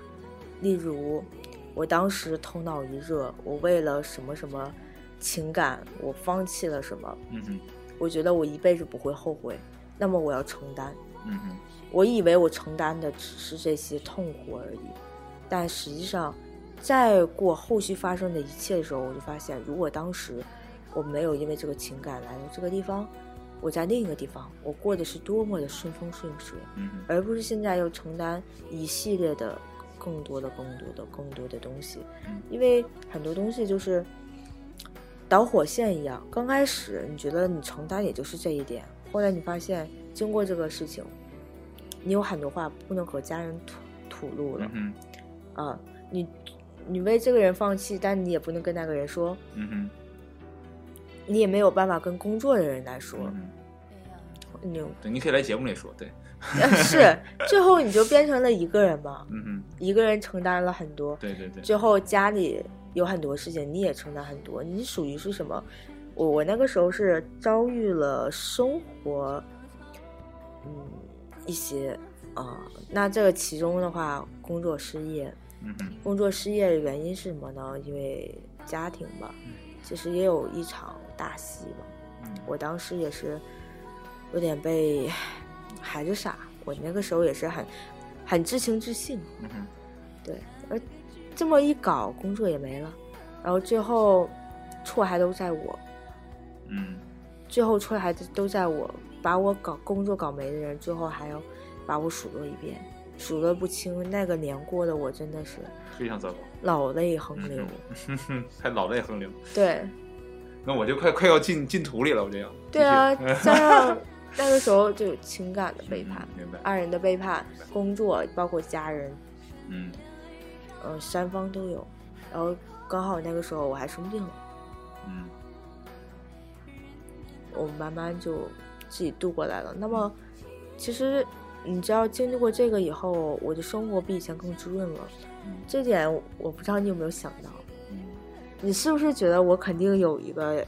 Speaker 2: 例如我当时头脑一热，我为了什么什么情感，我放弃了什么，
Speaker 1: 嗯哼，
Speaker 2: 我觉得我一辈子不会后悔，那么我要承担。
Speaker 1: 嗯哼，
Speaker 2: 我以为我承担的只是这些痛苦而已，但实际上，在过后续发生的一切的时候，我就发现，如果当时我没有因为这个情感来到这个地方，我在另一个地方，我过的是多么的顺风顺水，啊
Speaker 1: 嗯哼，
Speaker 2: 而不是现在要承担一系列的更多的、更多的、更多的东西
Speaker 1: 嗯，
Speaker 2: 因为很多东西就是导火线一样，刚开始你觉得你承担也就是这一点，后来你发现经过这个事情，你有很多话不能和家人吐吐露了
Speaker 1: 嗯哼，
Speaker 2: 啊，你你为这个人放弃，但你也不能跟那个人说，
Speaker 1: 嗯哼，
Speaker 2: 你也没有办法跟工作的人来说，
Speaker 1: 嗯哼，
Speaker 2: 你
Speaker 1: 对，你可以来节目里说，对，
Speaker 2: 是最后你就变成了一个人嘛，
Speaker 1: 嗯哼，
Speaker 2: 一个人承担了很多，
Speaker 1: 对对对，
Speaker 2: 最后家里有很多事情，你也承担很多，你属于是什么？我我那个时候是遭遇了生活，嗯，一些啊、那这个其中的话，工作失业，
Speaker 1: 嗯哼，
Speaker 2: 工作失业的原因是什么呢？因为家庭吧，其实也有一场大戏嘛。
Speaker 1: 嗯
Speaker 2: 我当时也是有点被 孩子傻，我那个时候也是很很知情知性，
Speaker 1: 嗯哼，
Speaker 2: 对，而这么一搞，工作也没了，然后最后错还都在我，
Speaker 1: 嗯
Speaker 2: 最后错还都在我，把我搞工作搞没的人，最后还要把我数落一遍，数落不清。那个年过的我真的是
Speaker 1: 非常糟糕，
Speaker 2: 老泪横流
Speaker 1: 嗯，哼，还老泪横流，
Speaker 2: 对
Speaker 1: 那我就快快要进进土里了，我这样，
Speaker 2: 对啊，
Speaker 1: 继续
Speaker 2: 加上那个时候就有情感的背叛啊
Speaker 1: 嗯，明白，
Speaker 2: 爱人的背叛，工作包括家人，
Speaker 1: 嗯
Speaker 2: 呃，三方都有，然后刚好那个时候我还生病了。
Speaker 1: 嗯
Speaker 2: 我慢慢就自己度过来了。那么，其实你知道，经历过这个以后，我的生活比以前更滋润了。
Speaker 1: 嗯
Speaker 2: 这点我不知道你有没有想到，
Speaker 1: 嗯
Speaker 2: 你是不是觉得我肯定有一个，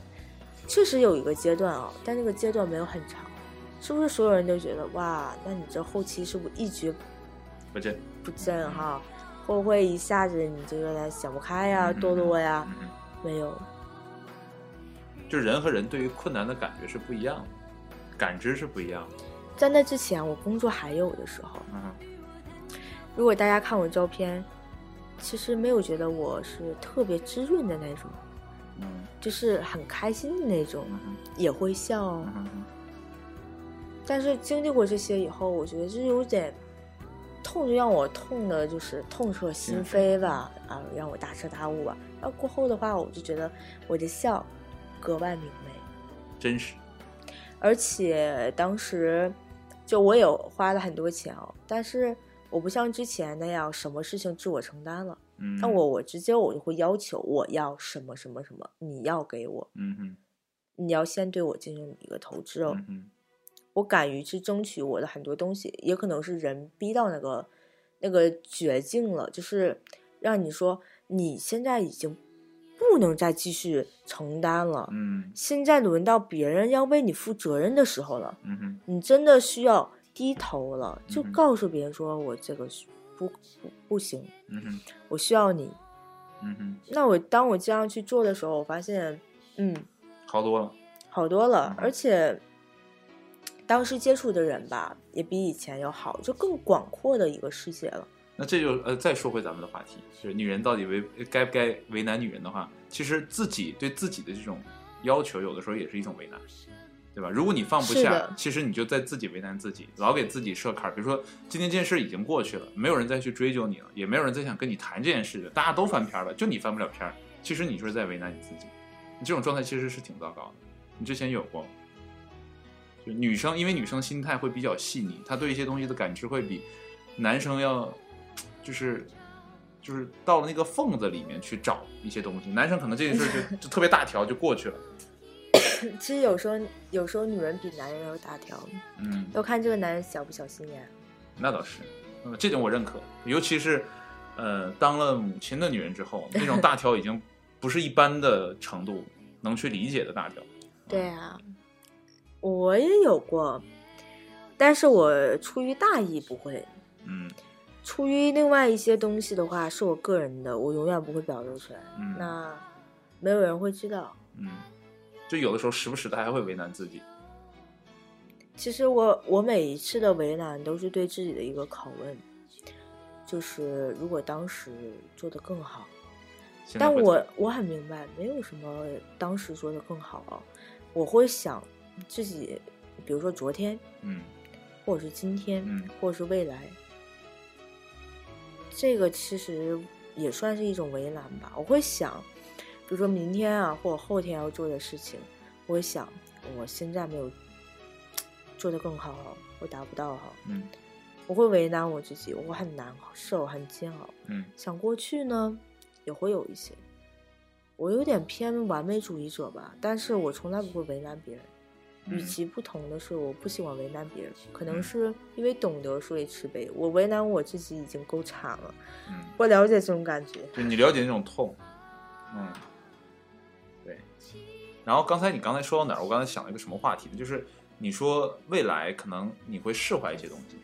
Speaker 2: 确实有一个阶段啊，但那个阶段没有很长，是不是所有人都觉得哇，那你这后期是不是一蹶
Speaker 1: 不真，
Speaker 2: 不振哈？会不会一下子你就有点想不开呀、
Speaker 1: 嗯
Speaker 2: 堕落呀？
Speaker 1: 嗯哼。
Speaker 2: 没有，
Speaker 1: 就人和人对于困难的感觉是不一样的，感知是不一样的。
Speaker 2: 在那之前我工作还有的时候，
Speaker 1: 嗯
Speaker 2: 如果大家看我照片，其实没有觉得我是特别滋润的那种，
Speaker 1: 嗯
Speaker 2: 就是很开心的那种，
Speaker 1: 嗯
Speaker 2: 也会笑哦。
Speaker 1: 嗯
Speaker 2: 但是经历过这些以后，我觉得就是有点痛，就让我痛的就是痛彻心扉吧，啊，让我大彻大悟吧。然后过后的话，我就觉得我的笑格外明媚。
Speaker 1: 真实。
Speaker 2: 而且当时就我也花了很多钱哦，但是我不像之前那样什么事情自我承担了。
Speaker 1: 嗯，
Speaker 2: 那我我直接我就会要求我要什么什么什么，你要给我，
Speaker 1: 嗯哼
Speaker 2: 你要先对我进行一个投资哦。
Speaker 1: 嗯哼
Speaker 2: 我敢于去争取我的很多东西，也可能是人逼到那个那个绝境了，就是让你说你现在已经不能再继续承担了，
Speaker 1: 嗯
Speaker 2: 现在轮到别人要为你负责任的时候了，
Speaker 1: 嗯哼，
Speaker 2: 你真的需要低头了，就
Speaker 1: 嗯哼
Speaker 2: 告诉别人说我这个是不不不行，
Speaker 1: 嗯哼，
Speaker 2: 我需要你。
Speaker 1: 嗯哼，
Speaker 2: 那我当我这样去做的时候，我发现，嗯，
Speaker 1: 好多了，
Speaker 2: 好多了
Speaker 1: 嗯，
Speaker 2: 而且当时接触的人吧，也比以前要好，就更广阔的一个世界了。
Speaker 1: 那这就呃，再说回咱们的话题，就是女人到底为该不该为难女人的话，其实自己对自己的这种要求，有的时候也是一种为难，对吧？如果你放不
Speaker 2: 是
Speaker 1: 下
Speaker 2: 的，
Speaker 1: 其实你就在自己为难自己，老给自己设坎儿。比如说今天这件事已经过去了，没有人再去追究你了，也没有人再想跟你谈这件事了，大家都翻篇儿了，就你翻不了篇儿，其实你就是在为难你自己。你这种状态其实是挺糟糕的。你之前有过吗？就女生，因为女生心态会比较细腻，她对一些东西的感知会比男生要，就是就是到了那个缝子里面去找一些东西。男生可能这件事就就特别大条就过去了。
Speaker 2: 嗯其实有时候，有时候女人比男人要大条，
Speaker 1: 嗯，
Speaker 2: 要看这个男人小不小心眼。
Speaker 1: 那倒是，嗯，这种我认可，尤其是呃当了母亲的女人之后，那种大条已经不是一般的程度能去理解的大条。
Speaker 2: 对啊，我也有过，但是我出于大义不会。
Speaker 1: 嗯
Speaker 2: 出于另外一些东西的话，是我个人的，我永远不会表露出来。
Speaker 1: 嗯，
Speaker 2: 那没有人会知道。
Speaker 1: 嗯，就有的时候时不时的还会为难自己。
Speaker 2: 其实我我每一次的为难都是对自己的一个拷问，就是如果当时做得更好，
Speaker 1: 现在
Speaker 2: 但
Speaker 1: 会
Speaker 2: 我我很明白，没有什么当时做得更好，我会想自己，比如说昨天，
Speaker 1: 嗯
Speaker 2: 或者是今天，
Speaker 1: 嗯
Speaker 2: 或者是未来，这个其实也算是一种为难吧。我会想，比如说明天啊，或者后天要做的事情，我会想，我现在没有做得更好，我达不到好，
Speaker 1: 嗯
Speaker 2: 我会为难我自己，我很难受，很煎熬。
Speaker 1: 嗯
Speaker 2: 想过去呢，也会有一些。我有点偏完美主义者吧，但是我从来不会为难别人。
Speaker 1: 嗯
Speaker 2: 与其不同的是，我不喜欢为难别人，可
Speaker 1: 嗯
Speaker 2: 能是因为懂得所以慈悲。我为难我自己已经够惨了，
Speaker 1: 嗯，
Speaker 2: 我了解这种感觉。
Speaker 1: 就你了解那种痛，嗯，对。然后刚才你刚才说到哪儿？我刚才想了一个什么话题呢？就是你说未来可能你会释怀一些东西，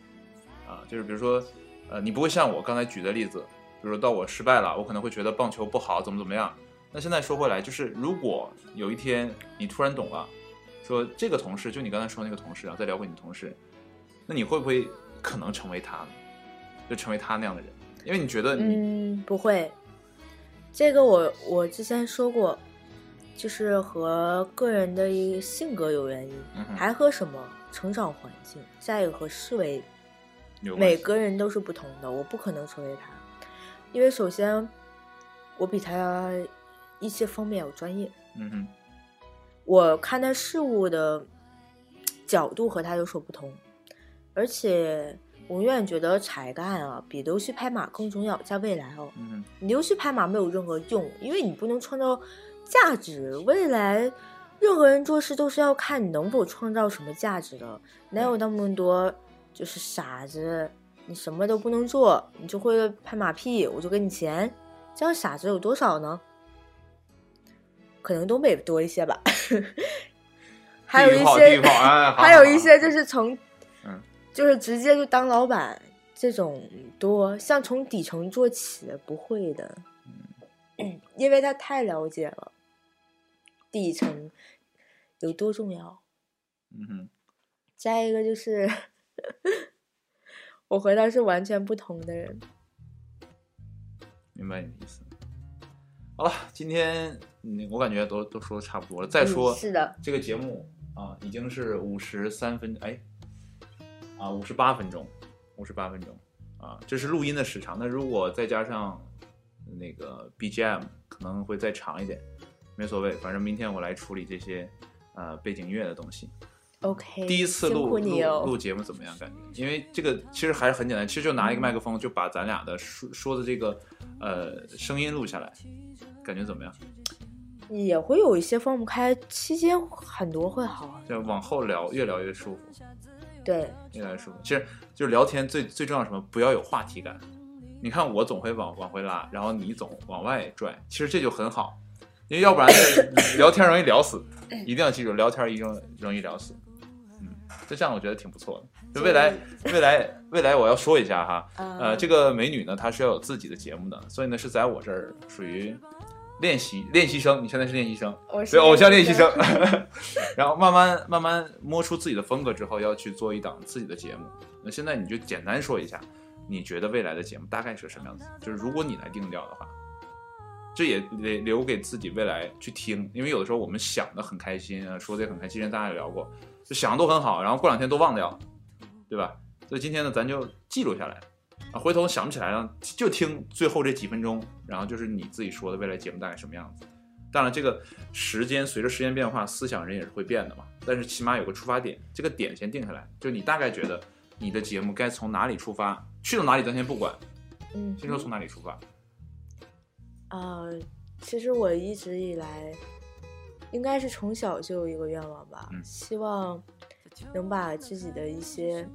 Speaker 1: 啊，就是比如说，呃，你不会像我刚才举的例子，比如说到我失败了，我可能会觉得棒球不好，怎么怎么样。那现在说回来，就是如果有一天你突然懂了，说这个同事，就你刚才说那个同事啊，再聊回你同事，那你会不会可能成为他呢？就成为他那样的人？因为你觉得你，
Speaker 2: 嗯，不会。这个我我之前说过，就是和个人的一个性格有原因，
Speaker 1: 嗯哼
Speaker 2: 还和什么成长环境，再有和思维
Speaker 1: 有关
Speaker 2: 每
Speaker 1: 系
Speaker 2: 个人都是不同的，我不可能成为他，因为首先我比他一些方面要专业，
Speaker 1: 嗯哼，
Speaker 2: 我看待事物的角度和他有所不同，而且我永远觉得才干啊比溜须拍马更重要，在未来哦，
Speaker 1: 嗯哼，
Speaker 2: 你溜须拍马没有任何用，因为你不能创造价值。未来，任何人做事都是要看你能否创造什么价值的，哪有那么多就是傻子，你什么都不能做，你就会拍马屁，我就给你钱，这样傻子有多少呢？可能东北多一些吧， 还有
Speaker 1: 地
Speaker 2: 一
Speaker 1: 狱炮地狱
Speaker 2: 些
Speaker 1: 炮，哎，好
Speaker 2: 还有
Speaker 1: 好
Speaker 2: 一
Speaker 1: 好
Speaker 2: 些就是从，
Speaker 1: 嗯
Speaker 2: 就是直接就当老板这种多，像从底层做起不会的，
Speaker 1: 嗯
Speaker 2: 因为他太了解了底层有多重要。
Speaker 1: 嗯哼，
Speaker 2: 再一个就是， 我和他是完全不同的人。
Speaker 1: 明白你的意思。好了，今天嗯，我感觉都都说的差不多了。再说、
Speaker 2: 嗯是的，
Speaker 1: 这个节目啊，已经是五十三分，哎，啊，五十八分钟，五十八分钟啊，这是录音的时长。那如果再加上那个 BGM，可能会再长一点，没所谓，反正明天我来处理这些呃背景音乐的东西。
Speaker 2: OK，
Speaker 1: 第一次
Speaker 2: 辛
Speaker 1: 录
Speaker 2: 苦你
Speaker 1: 录录
Speaker 2: 哦。
Speaker 1: 节目怎么样？感觉？因为这个其实还是很简单，其实就拿一个麦克风就把咱俩的说说的这个呃声音录下来，感觉怎么样？
Speaker 2: 也会有一些放不开，期间很多会好。啊
Speaker 1: 就往后聊，越聊越舒服。
Speaker 2: 对，
Speaker 1: 越来越舒服。其实就是聊天最最重要是什么？不要有话题感。你看我总会往往回拉，然后你总往外拽，其实这就很好，因为要不然聊天容易聊死。一定要记住，聊天一定容易聊死。嗯，就这样我觉得挺不错的。就未来未来未来我要说一下哈，呃，
Speaker 2: 呃
Speaker 1: 这个美女呢她是要有自己的节目的，所以呢是在我这儿属于练习练习生，你现在是练习生。
Speaker 2: 我是
Speaker 1: 对，偶像练习生， 然后慢慢慢慢摸出自己的风格之后，要去做一档自己的节目。那现在你就简单说一下，你觉得未来的节目大概是个什么样子？就是如果你来定调的话，这也得留给自己未来去听，因为有的时候我们想的很开心啊，说的也很开心，之前大家也聊过，就想的都很好，然后过两天都忘掉，对吧？所以今天呢，咱就记录下来。啊，回头想不起来了，就听最后这几分钟，然后就是你自己说的未来节目大概什么样子。当然，这个时间随着时间变化，思想人也是会变的嘛。但是起码有个出发点，这个点先定下来，就你大概觉得你的节目该从哪里出发，去到哪里咱先不管，
Speaker 2: 嗯
Speaker 1: 先说从哪里出发。
Speaker 2: 呃，其实我一直以来，应该是从小就有一个愿望吧，
Speaker 1: 嗯
Speaker 2: 希望能把自己的一些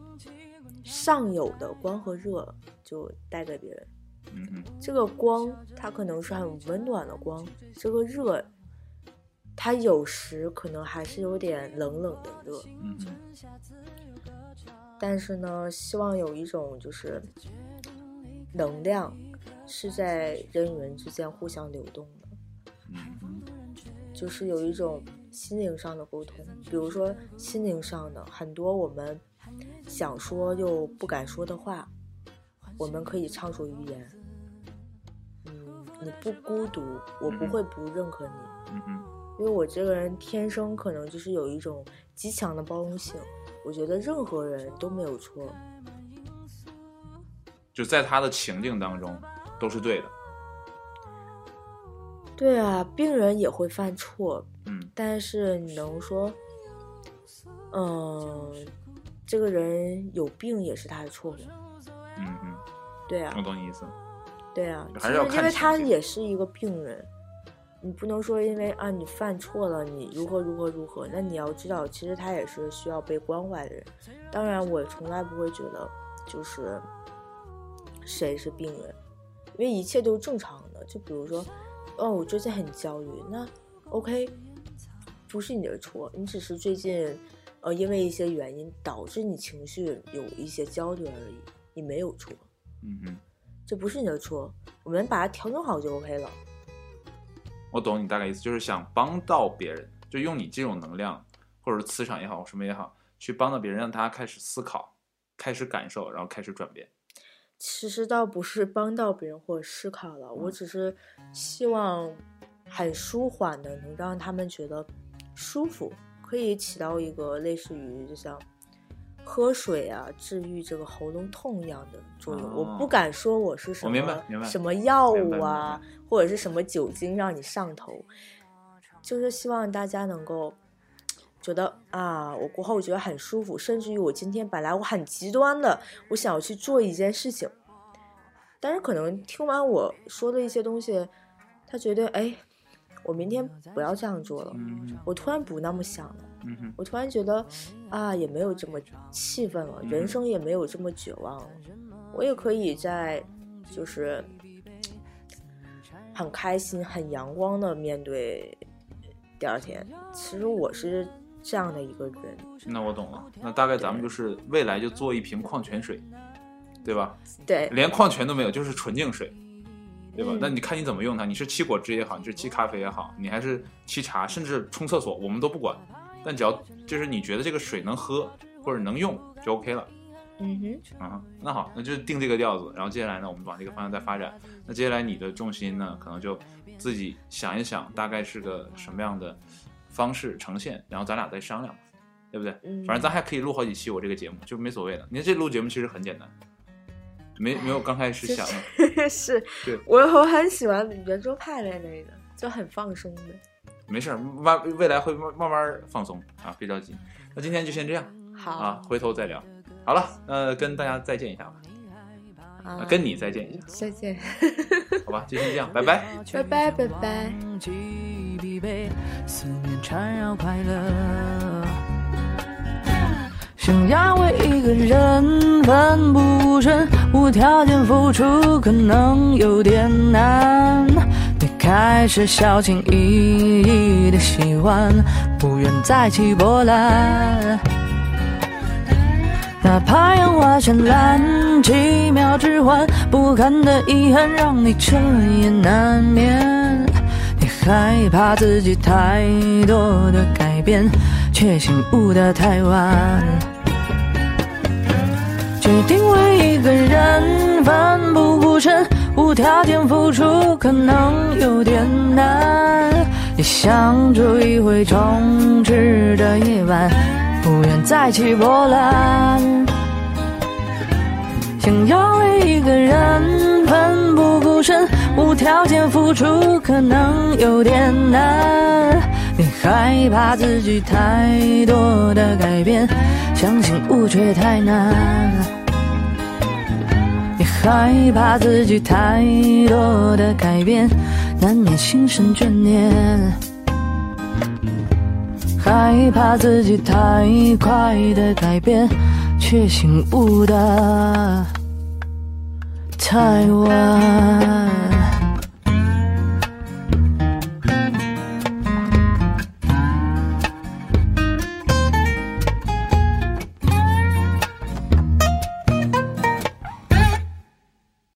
Speaker 2: 上有的光和热就带给别人。
Speaker 1: 嗯嗯
Speaker 2: 这个光，它可能是很温暖的光；这个热，它有时可能还是有点冷冷的热。
Speaker 1: 嗯嗯
Speaker 2: 但是呢，希望有一种就是能量是在人与人之间互相流动的。
Speaker 1: 嗯嗯
Speaker 2: 就是有一种心灵上的沟通，比如说心灵上的很多我们想说又不敢说的话，我们可以畅所欲言。嗯，你不孤独，我不
Speaker 1: 嗯
Speaker 2: 会不认可你，
Speaker 1: 嗯嗯
Speaker 2: 因为我这个人天生可能就是有一种极强的包容性，我觉得任何人都没有错。
Speaker 1: 就在他的情境当中都是对的。
Speaker 2: 对啊，病人也会犯错，
Speaker 1: 嗯
Speaker 2: 但是你能说，嗯、这个人有病也是他的错吗？
Speaker 1: 嗯嗯，
Speaker 2: 对啊
Speaker 1: 我，懂你意思。
Speaker 2: 对啊，其
Speaker 1: 还
Speaker 2: 实
Speaker 1: 是要
Speaker 2: 因
Speaker 1: 看
Speaker 2: 为
Speaker 1: 情
Speaker 2: 他
Speaker 1: 境
Speaker 2: 也是一个病人，你不能说因为啊你犯错了，你如何如何如何，那你要知道，其实他也是需要被关怀的人。当然，我从来不会觉得就是谁是病人，因为一切都是正常的。就比如说，哦，我最近很焦虑，那 OK，不是你的错，你只是最近呃因为一些原因导致你情绪有一些焦虑而已，你没有错。
Speaker 1: 嗯嗯，
Speaker 2: 这不是你的错，我们把它调整好就 OK 了。
Speaker 1: 我懂你大概意思，就是想帮到别人，就用你这种能量或者是磁场也好，什么也好，去帮到别人，让他开始思考，开始感受，然后开始转变。
Speaker 2: 其实倒不是帮到别人或者思考了，
Speaker 1: 嗯
Speaker 2: 我只是希望很舒缓的能让他们觉得舒服，可以起到一个类似于就像喝水啊治愈这个喉咙痛一样的作用。
Speaker 1: 哦
Speaker 2: 我不敢说我是什
Speaker 1: 我明白明
Speaker 2: 么
Speaker 1: 白
Speaker 2: 什么药
Speaker 1: 明白
Speaker 2: 物
Speaker 1: 明
Speaker 2: 啊，或者是什么酒精让你上头，就是希望大家能够。觉得啊，我过后觉得很舒服，甚至于我今天本来我很极端的，我想要去做一件事情，但是可能听完我说的一些东西，他觉得哎，我明天不要这样做了，
Speaker 1: 嗯
Speaker 2: 我突然不那么想了，
Speaker 1: 嗯嗯
Speaker 2: 我突然觉得啊，也没有这么气愤了，
Speaker 1: 嗯
Speaker 2: 人生也没有这么绝望了，我也可以在就是很开心、很阳光的面对第二天。其实我是这样的一个人，
Speaker 1: 那我懂了，那大概咱们就是未来就做一瓶矿泉水，对吧？
Speaker 2: 对，
Speaker 1: 连矿泉都没有，就是纯净水，对吧
Speaker 2: 嗯？
Speaker 1: 那你看你怎么用它，你是沏果汁也好，你是沏咖啡也好，你还是沏茶，甚至冲厕所，我们都不管。但只要就是你觉得这个水能喝或者能用就 OK 了。
Speaker 2: 嗯哼。
Speaker 1: 啊，那好，那就定这个调子，然后接下来呢，我们往这个方向再发展。那接下来你的重心呢，可能就自己想一想，大概是个什么样的方式呈现，然后咱俩再商量吧，对不对？
Speaker 2: 嗯
Speaker 1: 反正咱还可以录好几期我这个节目，就没所谓的。你看这录节目其实很简单，没没有刚开始想的，
Speaker 2: 是
Speaker 1: 对，
Speaker 2: 我我很喜欢圆桌派那类的，就很放松的。
Speaker 1: 没事儿，慢未来会慢慢慢放松啊，别着急。那今天就先这样
Speaker 2: 好
Speaker 1: 啊，回头再聊。好了，那跟大家再见一下吧，
Speaker 2: 啊
Speaker 1: 啊跟你再见一下，
Speaker 2: 再见，
Speaker 1: 好吧，就先这样，拜拜。
Speaker 2: 拜拜拜拜。
Speaker 3: 忘记疲惫，思念缠绕快乐。想要为一个人奋不顾身，无条件付出，可能有点难。你开始小心翼翼的喜欢，不愿再起波澜。哪怕烟花绚烂，奇妙之欢，不堪的遗憾让你彻夜难眠。你害怕自己太多的改变，却醒悟得太晚。决定为一个人奋不顾身，无条件付出可能有点难。也想住一回充斥的夜晚，不愿再起波澜。想要为一个人奋不顾身，无条件付出可能有点难。你害怕自己太多的改变，相信物却太难。你害怕自己太多的改变，难免心生眷恋。害怕自己太快的改变，却醒悟的太晚。